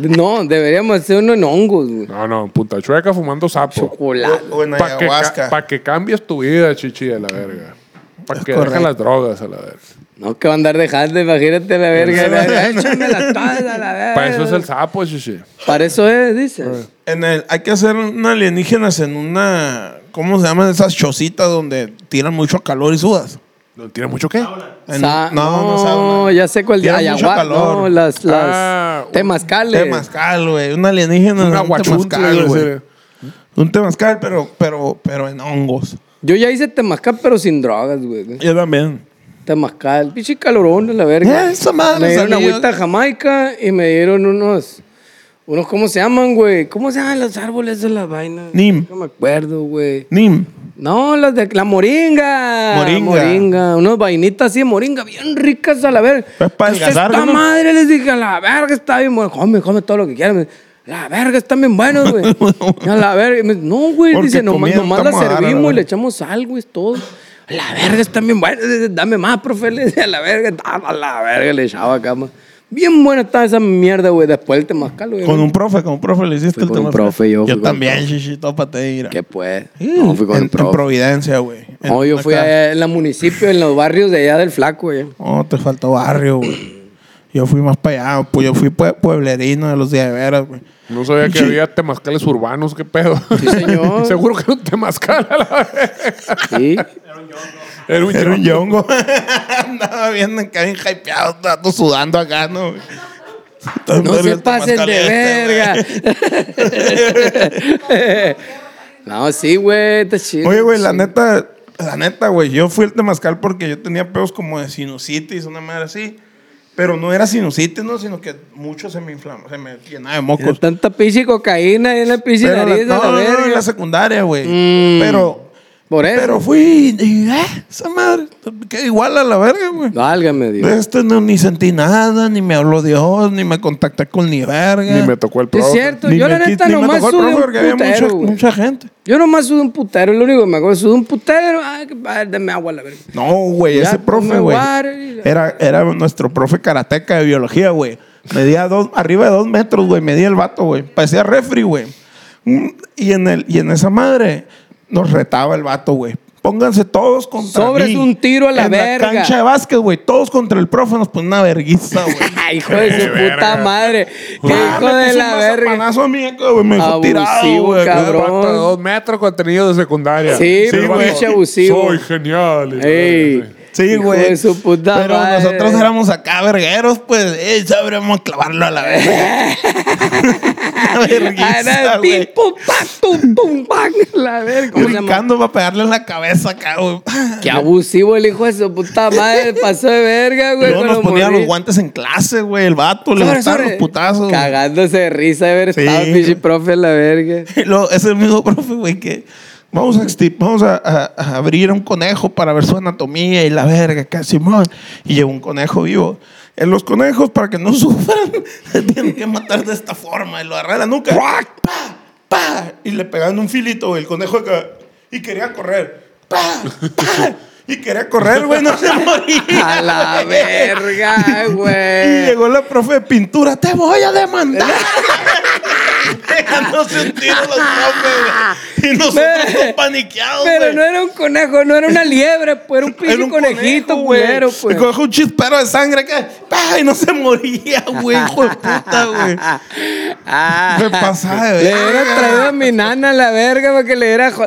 Speaker 1: No, deberíamos hacer uno en hongos, güey.
Speaker 3: No, no, en Punta Chueca fumando sapo.
Speaker 1: Chocolate.
Speaker 2: O en
Speaker 3: Para que,
Speaker 2: ayahuasca.
Speaker 3: ca- pa' que cambies tu vida, chichi, a la verga. Para
Speaker 2: Es
Speaker 3: que dejes
Speaker 2: correcto.
Speaker 3: las drogas, a la verga.
Speaker 1: No, que va a andar dejando, imagínate la verga. la verga. Échamela toda, la verga.
Speaker 3: Para eso es el sapo, chichi.
Speaker 1: Para eso es, dices.
Speaker 2: En el, hay que hacer un alienígenas en una. ¿Cómo se llaman esas chocitas donde tiran mucho calor y sudas?
Speaker 3: ¿No tiene mucho qué?
Speaker 2: En-
Speaker 1: Sa-
Speaker 2: no, no, sauna.
Speaker 1: ya sé cuál de
Speaker 2: Tiene mucho
Speaker 1: ayahuasca.
Speaker 2: calor.
Speaker 1: No, las, las
Speaker 3: Ah, un
Speaker 1: temazcales.
Speaker 2: Temazcal, güey. Un alienígena.
Speaker 3: Una
Speaker 2: un temazcal,
Speaker 3: guachunta,
Speaker 2: güey. Un temazcal, pero, pero, pero en hongos.
Speaker 1: Yo ya hice temazcal, pero sin drogas, güey.
Speaker 2: Yo también.
Speaker 1: Temazcal. Pinche calorón, la verga.
Speaker 2: Eh, esa madre
Speaker 1: me dieron
Speaker 2: salía.
Speaker 1: agüita de jamaica y me dieron unos... Unos, ¿cómo se llaman, güey? ¿Cómo se llaman los árboles de la vaina?
Speaker 2: Nim.
Speaker 1: No me acuerdo, güey.
Speaker 2: Nim.
Speaker 1: No, las de la moringa.
Speaker 2: Moringa.
Speaker 1: Moringa. Unas vainitas así de moringa, bien ricas a la verga.
Speaker 2: Es Pues, pa'
Speaker 1: ¿Qué es
Speaker 2: adelgazar,
Speaker 1: esta
Speaker 2: ¿no?
Speaker 1: madre les dije, a la verga está bien bueno. Come, come todo lo que quieras. La verga están bien buenos, güey. Y a la verga. y me dice, No, güey.
Speaker 2: Porque
Speaker 1: Dice, nomás,
Speaker 2: comida
Speaker 1: nomás las
Speaker 2: estamos a dar, a la
Speaker 1: servimos y le
Speaker 2: verga.
Speaker 1: echamos sal, güey, es todo. A la verga están bien buenas. Dice, Dame más, profe. Le decía, a la verga. A la verga le echaba acá, ma. Bien buena está esa mierda, güey. Después el temazcal, güey.
Speaker 2: Con un profe, con un profe le hiciste
Speaker 1: Fui
Speaker 2: el
Speaker 1: con un
Speaker 2: temazcal.
Speaker 1: profe, yo fui
Speaker 2: Yo
Speaker 1: con un
Speaker 2: también, shishi, tópate, mira.
Speaker 1: ¿Qué pues?
Speaker 2: Mm,
Speaker 1: No, fui con
Speaker 2: en,
Speaker 1: el profe.
Speaker 2: en Providencia, güey. En
Speaker 1: No, yo
Speaker 2: una
Speaker 1: fui
Speaker 2: casa.
Speaker 1: allá en los municipios, en los barrios de allá del Flaco, güey.
Speaker 2: Oh, te faltó barrio, güey. Yo fui más para allá, pues yo fui pue- pueblerino de los días de veras, güey.
Speaker 3: No sabía que había temazcales urbanos, qué pedo.
Speaker 1: Sí, señor.
Speaker 3: Seguro que era un temazcal. a la vez.
Speaker 1: Sí.
Speaker 3: Era un
Speaker 2: Era un yongo. Andaba viendo acá bien hypeado, todo sudando acá, ¿no?
Speaker 1: No se pasen de verga. no, sí, güey, está chido.
Speaker 2: Oye, güey, la neta, la neta, güey, yo fui al temazcal porque yo tenía pedos como de sinusitis, una madre así. Pero no era sinusitis, ¿no? Sino que mucho se me inflamó, se me llenaba de
Speaker 1: Tiene
Speaker 2: mocos.
Speaker 1: Tanta pinche cocaína ahí en la pinche
Speaker 2: Pero
Speaker 1: nariz de
Speaker 2: la,
Speaker 1: la
Speaker 2: no, no,
Speaker 1: verga.
Speaker 2: en la secundaria, güey.
Speaker 1: Mm.
Speaker 2: Pero,
Speaker 1: Por eso.
Speaker 2: pero fui y, ah, esa madre, queda igual a la verga, güey.
Speaker 1: Válgame Dios.
Speaker 2: Esto no, ni sentí nada, ni me habló Dios, ni me contacté con ni verga.
Speaker 3: Ni me tocó el
Speaker 1: Sí, es
Speaker 3: profe.
Speaker 1: cierto.
Speaker 2: Ni
Speaker 1: yo la
Speaker 2: me
Speaker 1: neta
Speaker 2: quis- ni me
Speaker 1: nomás
Speaker 2: tocó el
Speaker 1: sube
Speaker 2: profe
Speaker 1: un
Speaker 2: porque había
Speaker 1: putero,
Speaker 2: mucha,
Speaker 1: güey.
Speaker 2: mucha gente.
Speaker 1: Yo nomás sube un putero, lo único que me acuerdo, sube un putero. Ay, que padre, dame agua a la verga.
Speaker 2: No, güey,
Speaker 1: Ya
Speaker 2: ese profe,
Speaker 1: tomé
Speaker 2: güey.
Speaker 1: water y-
Speaker 2: Era, era nuestro profe karateca de biología, güey. Medía dos, arriba de dos metros, güey. Medía el vato, güey. Parecía refri, güey. Mm, Y en, el, y en esa madre nos retaba el vato, güey. Pónganse todos contra
Speaker 1: Sobres
Speaker 2: mí.
Speaker 1: un tiro a la
Speaker 2: en la
Speaker 1: verga.
Speaker 2: cancha de básquet, güey. Todos contra el profe nos ponen una verguiza, güey.
Speaker 1: Ay, hijo de
Speaker 3: Qué
Speaker 1: su
Speaker 3: verga.
Speaker 1: puta madre. Qué
Speaker 2: Ah,
Speaker 1: hijo
Speaker 2: me
Speaker 1: de
Speaker 2: puso
Speaker 1: la
Speaker 2: un
Speaker 1: verga.
Speaker 2: mazapanazo a mí, güey. Me dejó tirado,
Speaker 1: Abusivo,
Speaker 2: güey.
Speaker 1: cabrón.
Speaker 3: Vato de dos metros contenido de secundaria.
Speaker 1: Sí,
Speaker 3: el
Speaker 1: pinche
Speaker 3: vato,
Speaker 1: abusivo.
Speaker 3: Soy genial. Y-
Speaker 1: Ey.
Speaker 2: Sí,
Speaker 1: Hijo
Speaker 2: güey.
Speaker 1: de su puta
Speaker 2: Pero
Speaker 1: madre.
Speaker 2: nosotros éramos acá vergueros, pues, eh, sabríamos clavarlo a la verga. Una verguiza,
Speaker 1: Ah, Era
Speaker 2: güey.
Speaker 1: tipo, pa, tum, pum, pan. La verga. ¿Cómo se llama?
Speaker 2: Brincando para pegarle en la cabeza acá, güey.
Speaker 1: Qué abusivo el hijo de su puta madre. Pasó de verga, güey.
Speaker 2: Luego
Speaker 1: con
Speaker 2: nos
Speaker 1: los
Speaker 2: ponía los
Speaker 1: morrillos.
Speaker 2: guantes en clase, güey. El vato le
Speaker 1: Sobre,
Speaker 2: gustaban los
Speaker 1: sobre.
Speaker 2: putazos. güey.
Speaker 1: Cagándose de risa de haber
Speaker 2: Sí,
Speaker 1: estado
Speaker 2: güey.
Speaker 1: pinche profe a la verga.
Speaker 2: Y luego ese mismo profe, güey, que vamos a, extir- vamos a, a- a abrir un conejo para ver su anatomía y la verga, casi, Simón. Y lleva un conejo vivo. En los conejos, para que no sufran, se tienen que matar de esta forma. Y lo agarran la nuca. ¡Pa! ¡Pa! Y le pegaban un filito, güey, el conejo acá. Y quería correr. ¡Pa! ¡Pa! Y quería correr, güey, no se moría.
Speaker 1: A la verga,
Speaker 2: Y
Speaker 1: güey.
Speaker 2: llegó la profe de pintura, te voy a demandar. Dejándose un tiro los profes, güey. Y nosotros todos paniqueados, güey.
Speaker 1: Pero no era un conejo, no era una liebre, pues era un
Speaker 2: Era
Speaker 1: pinche conejito,
Speaker 2: conejo,
Speaker 1: culero,
Speaker 2: Y
Speaker 1: pues.
Speaker 2: cogió un chispero de sangre que ¡pah! y no se moría, güey, hijo de puta, güey.
Speaker 1: Ah.
Speaker 2: Me pasaba de
Speaker 1: Le hubiera
Speaker 2: verga.
Speaker 1: traído a mi nana a la verga para que le diera. jo-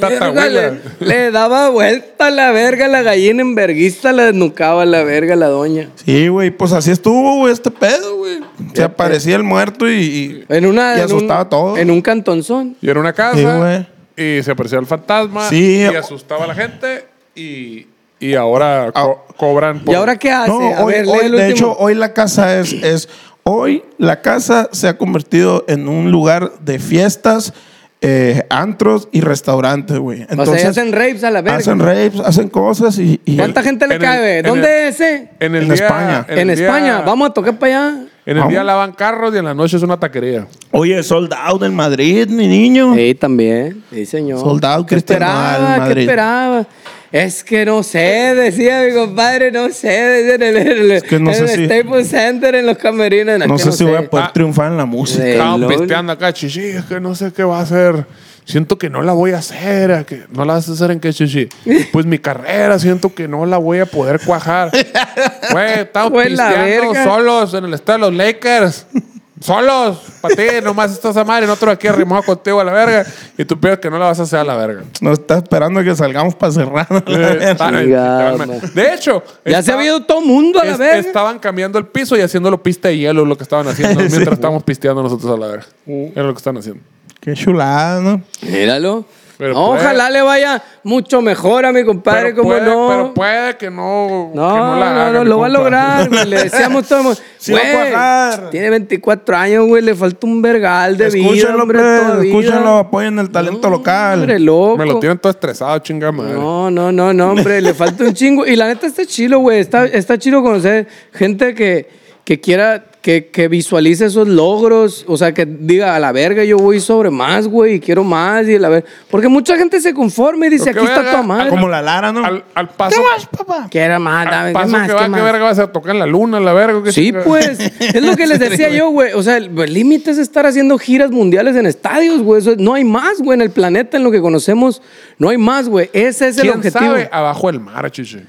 Speaker 1: la verga,
Speaker 3: Tatahuela.
Speaker 1: Le, le daba vuelta a la verga la gallina en verguista, la desnucaba a la verga la doña.
Speaker 2: Sí, güey, pues así estuvo, güey, este pedo, güey. Se aparecía el muerto y. y-
Speaker 1: En una.
Speaker 2: Y
Speaker 1: en un-
Speaker 2: asustaba a todos.
Speaker 1: En un cantonzón.
Speaker 3: Y era una casa.
Speaker 2: güey.
Speaker 3: y se aparecía el fantasma.
Speaker 2: Sí.
Speaker 3: Y asustaba a la gente. Y, y ahora co- cobran.
Speaker 1: Ah. ¿Y ahora qué hace?
Speaker 2: No,
Speaker 1: a
Speaker 2: hoy,
Speaker 1: ver,
Speaker 2: hoy-
Speaker 1: lee el
Speaker 2: de
Speaker 1: último.
Speaker 2: hecho, hoy la casa es, es. Hoy la casa se ha convertido en un lugar de fiestas, eh, antros y restaurantes, güey.
Speaker 1: o sea, ya
Speaker 2: Entonces,
Speaker 1: hacen rapes a la verga.
Speaker 2: hacen rapes, hacen cosas y. y-
Speaker 1: ¿Cuánta gente le
Speaker 3: en el-
Speaker 1: cabe?
Speaker 3: en
Speaker 1: ¿Dónde
Speaker 3: el-
Speaker 1: es ese?
Speaker 3: En, el
Speaker 2: En
Speaker 3: día-
Speaker 2: España.
Speaker 1: En,
Speaker 3: el día-
Speaker 1: España. Vamos a tocar para allá.
Speaker 3: En el día lavan carros y en la noche es una taquería.
Speaker 2: Oye, soldado en Madrid, mi niño.
Speaker 1: Sí, también. Sí, señor.
Speaker 2: Soldado
Speaker 1: ¿Qué
Speaker 2: Cristiano Ronaldo en
Speaker 1: esperaba? ¿Qué
Speaker 2: Madrid.
Speaker 1: esperaba? Es que no sé, decía mi compadre, no sé. decía en el, en el-
Speaker 2: que no
Speaker 1: en
Speaker 2: sé
Speaker 1: el
Speaker 2: si-
Speaker 1: Staples Center, en los camerinos.
Speaker 2: no sé si voy a poder
Speaker 3: Ah.
Speaker 2: triunfar en la música.
Speaker 1: Sí.
Speaker 3: Estaban
Speaker 1: LOL.
Speaker 3: pesteando acá, chichi, es que no sé qué va a hacer. Siento que no la voy a hacer. ¿a que ¿No la vas a hacer en qué, chichi? Pues mi carrera, siento que no la voy a poder cuajar. Güey, estamos
Speaker 1: Güey, la
Speaker 3: pisteando
Speaker 1: verga.
Speaker 3: solos en el estadio de los Lakers. Solos, para ti, nomás estás a madre, nosotros aquí arrimado contigo a la verga. Y tú piensas que no la vas a hacer a la verga.
Speaker 2: Nos está esperando que salgamos para cerrar.
Speaker 3: Eh,
Speaker 1: Ah.
Speaker 3: tal-
Speaker 1: Chingada,
Speaker 3: de hecho,
Speaker 1: Ya se
Speaker 3: está-
Speaker 1: había ido todo mundo a la
Speaker 3: es-
Speaker 1: verga.
Speaker 3: Estaban cambiando el piso y haciéndolo pista de hielo, lo que estaban haciendo
Speaker 2: Sí.
Speaker 3: mientras estábamos pisteando nosotros a la verga.
Speaker 1: Uh.
Speaker 3: Era lo que estaban haciendo.
Speaker 2: Qué chulada, ¿no?
Speaker 1: Míralo.
Speaker 3: Pero
Speaker 1: No,
Speaker 3: puede-
Speaker 1: ojalá le vaya mucho mejor a mi compadre, como
Speaker 3: puede,
Speaker 1: no.
Speaker 3: pero puede que no.
Speaker 1: No,
Speaker 3: que
Speaker 1: no,
Speaker 3: la haga,
Speaker 1: no,
Speaker 3: mi
Speaker 1: lo va a
Speaker 3: compa.
Speaker 1: lograr, güey. Le decíamos todo.
Speaker 2: Sí va a cuajar.
Speaker 1: tiene 24 años, güey. Le falta un vergal de vida,
Speaker 2: Escúchenlo,
Speaker 1: hombre,
Speaker 2: pues,
Speaker 1: todavía.
Speaker 2: escúchenlo, apoyen el talento local.
Speaker 1: Hombre, loco.
Speaker 3: Me lo tienen todo estresado, chinga madre.
Speaker 1: No, no, no, no, hombre. le falta un chingo. Y la neta está chilo, güey. Está, está chilo conocer gente que, que quiera, que, que visualice esos logros. O sea, que diga, a la verga, yo voy sobre más, güey. Y quiero más. Y la verga. Porque mucha gente se conforma y dice,
Speaker 3: Porque
Speaker 1: aquí está
Speaker 3: verga,
Speaker 1: tu madre.
Speaker 2: Como la Lara, ¿no?
Speaker 3: Al, al paso.
Speaker 2: papá?
Speaker 1: Quiero más,
Speaker 3: al
Speaker 1: dame, ¿qué
Speaker 3: paso
Speaker 1: más?
Speaker 3: que
Speaker 1: ¿Qué
Speaker 3: va, ¿qué
Speaker 1: más?
Speaker 3: verga vas a tocar en la luna, la verga? ¿Qué
Speaker 1: Sí,
Speaker 3: chinga?
Speaker 1: pues. Es lo que les decía yo, güey. O sea, el, el límite es estar haciendo giras mundiales en estadios, güey. Eso es- no hay más, güey. En el planeta, en lo que conocemos, no hay más, güey. Ese es el
Speaker 3: ¿Quién
Speaker 1: objetivo.
Speaker 3: sabe? Abajo del mar, chiche.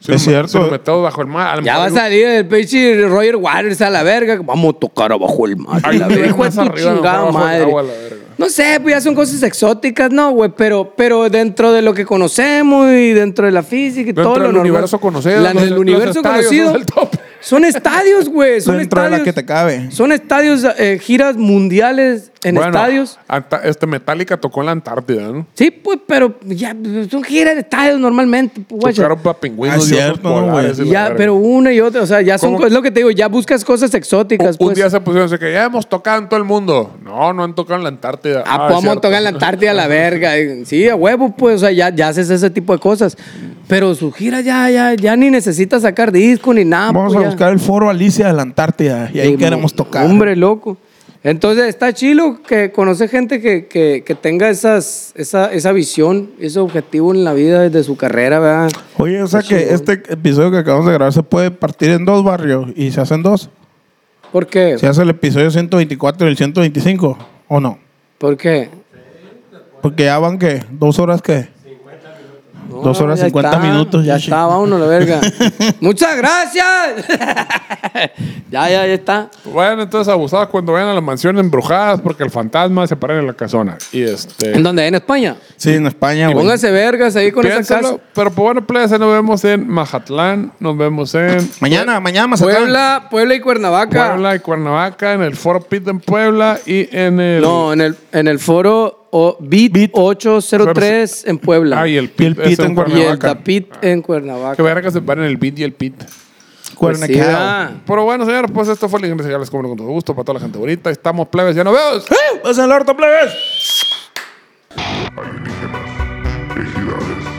Speaker 3: Si
Speaker 2: Es
Speaker 3: lo met-
Speaker 2: cierto.
Speaker 3: si lo metemos bajo el mar. a lo
Speaker 1: Ya va a
Speaker 3: mejor-
Speaker 1: salir el pinche Roger Waters a la verga. Vamos a tocar abajo el mar.
Speaker 3: Ahí
Speaker 1: la
Speaker 3: vive
Speaker 1: verga. Hijo de
Speaker 3: más
Speaker 1: tu
Speaker 3: arriba,
Speaker 1: chingada
Speaker 3: abajo del
Speaker 1: madre.
Speaker 3: agua, la verga.
Speaker 1: No sé, pues ya son cosas exóticas, ¿no, güey? Pero, pero dentro de lo que conocemos y dentro de la física y
Speaker 3: Dentro
Speaker 1: todo lo
Speaker 3: del
Speaker 1: normal.
Speaker 3: universo conocido,
Speaker 1: La-
Speaker 3: los-
Speaker 1: el
Speaker 3: los
Speaker 1: universo
Speaker 3: estadios son
Speaker 1: conocido.
Speaker 3: del top.
Speaker 1: Son estadios, güey. Son
Speaker 2: Dentro de
Speaker 1: estadios.
Speaker 2: la que te cabe.
Speaker 1: Son estadios, eh, giras mundiales en
Speaker 3: Bueno,
Speaker 1: estadios.
Speaker 3: Anta- Este Metallica tocó en la Antártida, ¿no?
Speaker 1: Sí, pues, pero ya son giras de estadios normalmente. pues, guacha.
Speaker 3: Tocaron para
Speaker 2: Ah,
Speaker 3: pingüinos, diosos
Speaker 2: cierto,
Speaker 3: polares
Speaker 2: güey.
Speaker 3: y la
Speaker 1: Ya,
Speaker 3: verga.
Speaker 1: pero una y otra, o sea, ya son
Speaker 3: ¿Cómo?
Speaker 1: co- es lo que te digo, ya buscas cosas exóticas,
Speaker 3: Un
Speaker 1: pues.
Speaker 3: día se pusieron así que ya hemos tocado en todo el mundo. No, no han tocado en la Antártida.
Speaker 1: Ah,
Speaker 3: es
Speaker 1: pues vamos a
Speaker 3: cierto.
Speaker 1: tocar en la Antártida a la verga. Sí, a huevo, pues, o sea, ya, ya haces ese tipo de cosas. Pero su gira ya, ya, ya ni necesitas sacar disco ni nada.
Speaker 2: Vamos
Speaker 1: pues,
Speaker 2: a
Speaker 1: ya.
Speaker 2: buscar el foro Alicia de la Antártida y ahí
Speaker 1: Sí,
Speaker 2: queremos
Speaker 1: mo-
Speaker 2: tocar.
Speaker 1: Hombre, loco. Entonces, está chilo que conoce gente que, que, que tenga esas, esa, esa visión, ese objetivo en la vida desde su carrera, ¿verdad?
Speaker 2: Oye, o sea que este episodio que acabamos de grabar se puede partir en dos barrios y se hacen dos.
Speaker 1: ¿Por qué?
Speaker 2: Se hace el episodio 124 y el 125, ¿o no?
Speaker 1: ¿Por qué?
Speaker 2: Porque ya van, ¿qué? ¿Dos horas qué?
Speaker 1: No,
Speaker 2: Dos horas
Speaker 1: ya
Speaker 2: 50
Speaker 1: está,
Speaker 2: minutos,
Speaker 1: Ya
Speaker 2: Yoshi.
Speaker 1: está, vámonos a la verga. Muchas gracias. ya, ya, ya está.
Speaker 3: Bueno, entonces abusados cuando vayan a las mansiones embrujadas porque el fantasma se para en la casona. Y este.
Speaker 1: ¿En dónde? ¿En España?
Speaker 2: Sí, en España, güey.
Speaker 1: Pónganse vergas ahí con esa
Speaker 3: piénsalo,
Speaker 1: casa.
Speaker 3: Pero pues bueno, plebes, ahí nos vemos en Mazatlán, nos vemos en
Speaker 2: Mañana, mañana, Mazatlán.
Speaker 1: Puebla, Puebla y Cuernavaca.
Speaker 3: Puebla y Cuernavaca, en el Foro Pit en Puebla y en el.
Speaker 1: No, en el, en el foro o, BIT, 803 en Puebla.
Speaker 3: Ah, y el
Speaker 2: Y el
Speaker 3: Pit,
Speaker 2: Pit
Speaker 3: es
Speaker 2: en
Speaker 3: en
Speaker 1: Y el
Speaker 3: Cuernavaca. Ah.
Speaker 1: Tapit en
Speaker 3: Que
Speaker 1: Cuernavaca.
Speaker 3: verga se paren el Pit y el Pit.
Speaker 1: Pues sí,
Speaker 2: Cuernacao.
Speaker 1: ah.
Speaker 3: Pero bueno, señores, pues esto fue el ingreso. Ya les cobro con todo gusto para toda la gente bonita. Estamos plebes, ya nos vemos.
Speaker 2: ¡Eh! ¡Vas al orto, plebes!
Speaker 4: alienígenas, ejidales.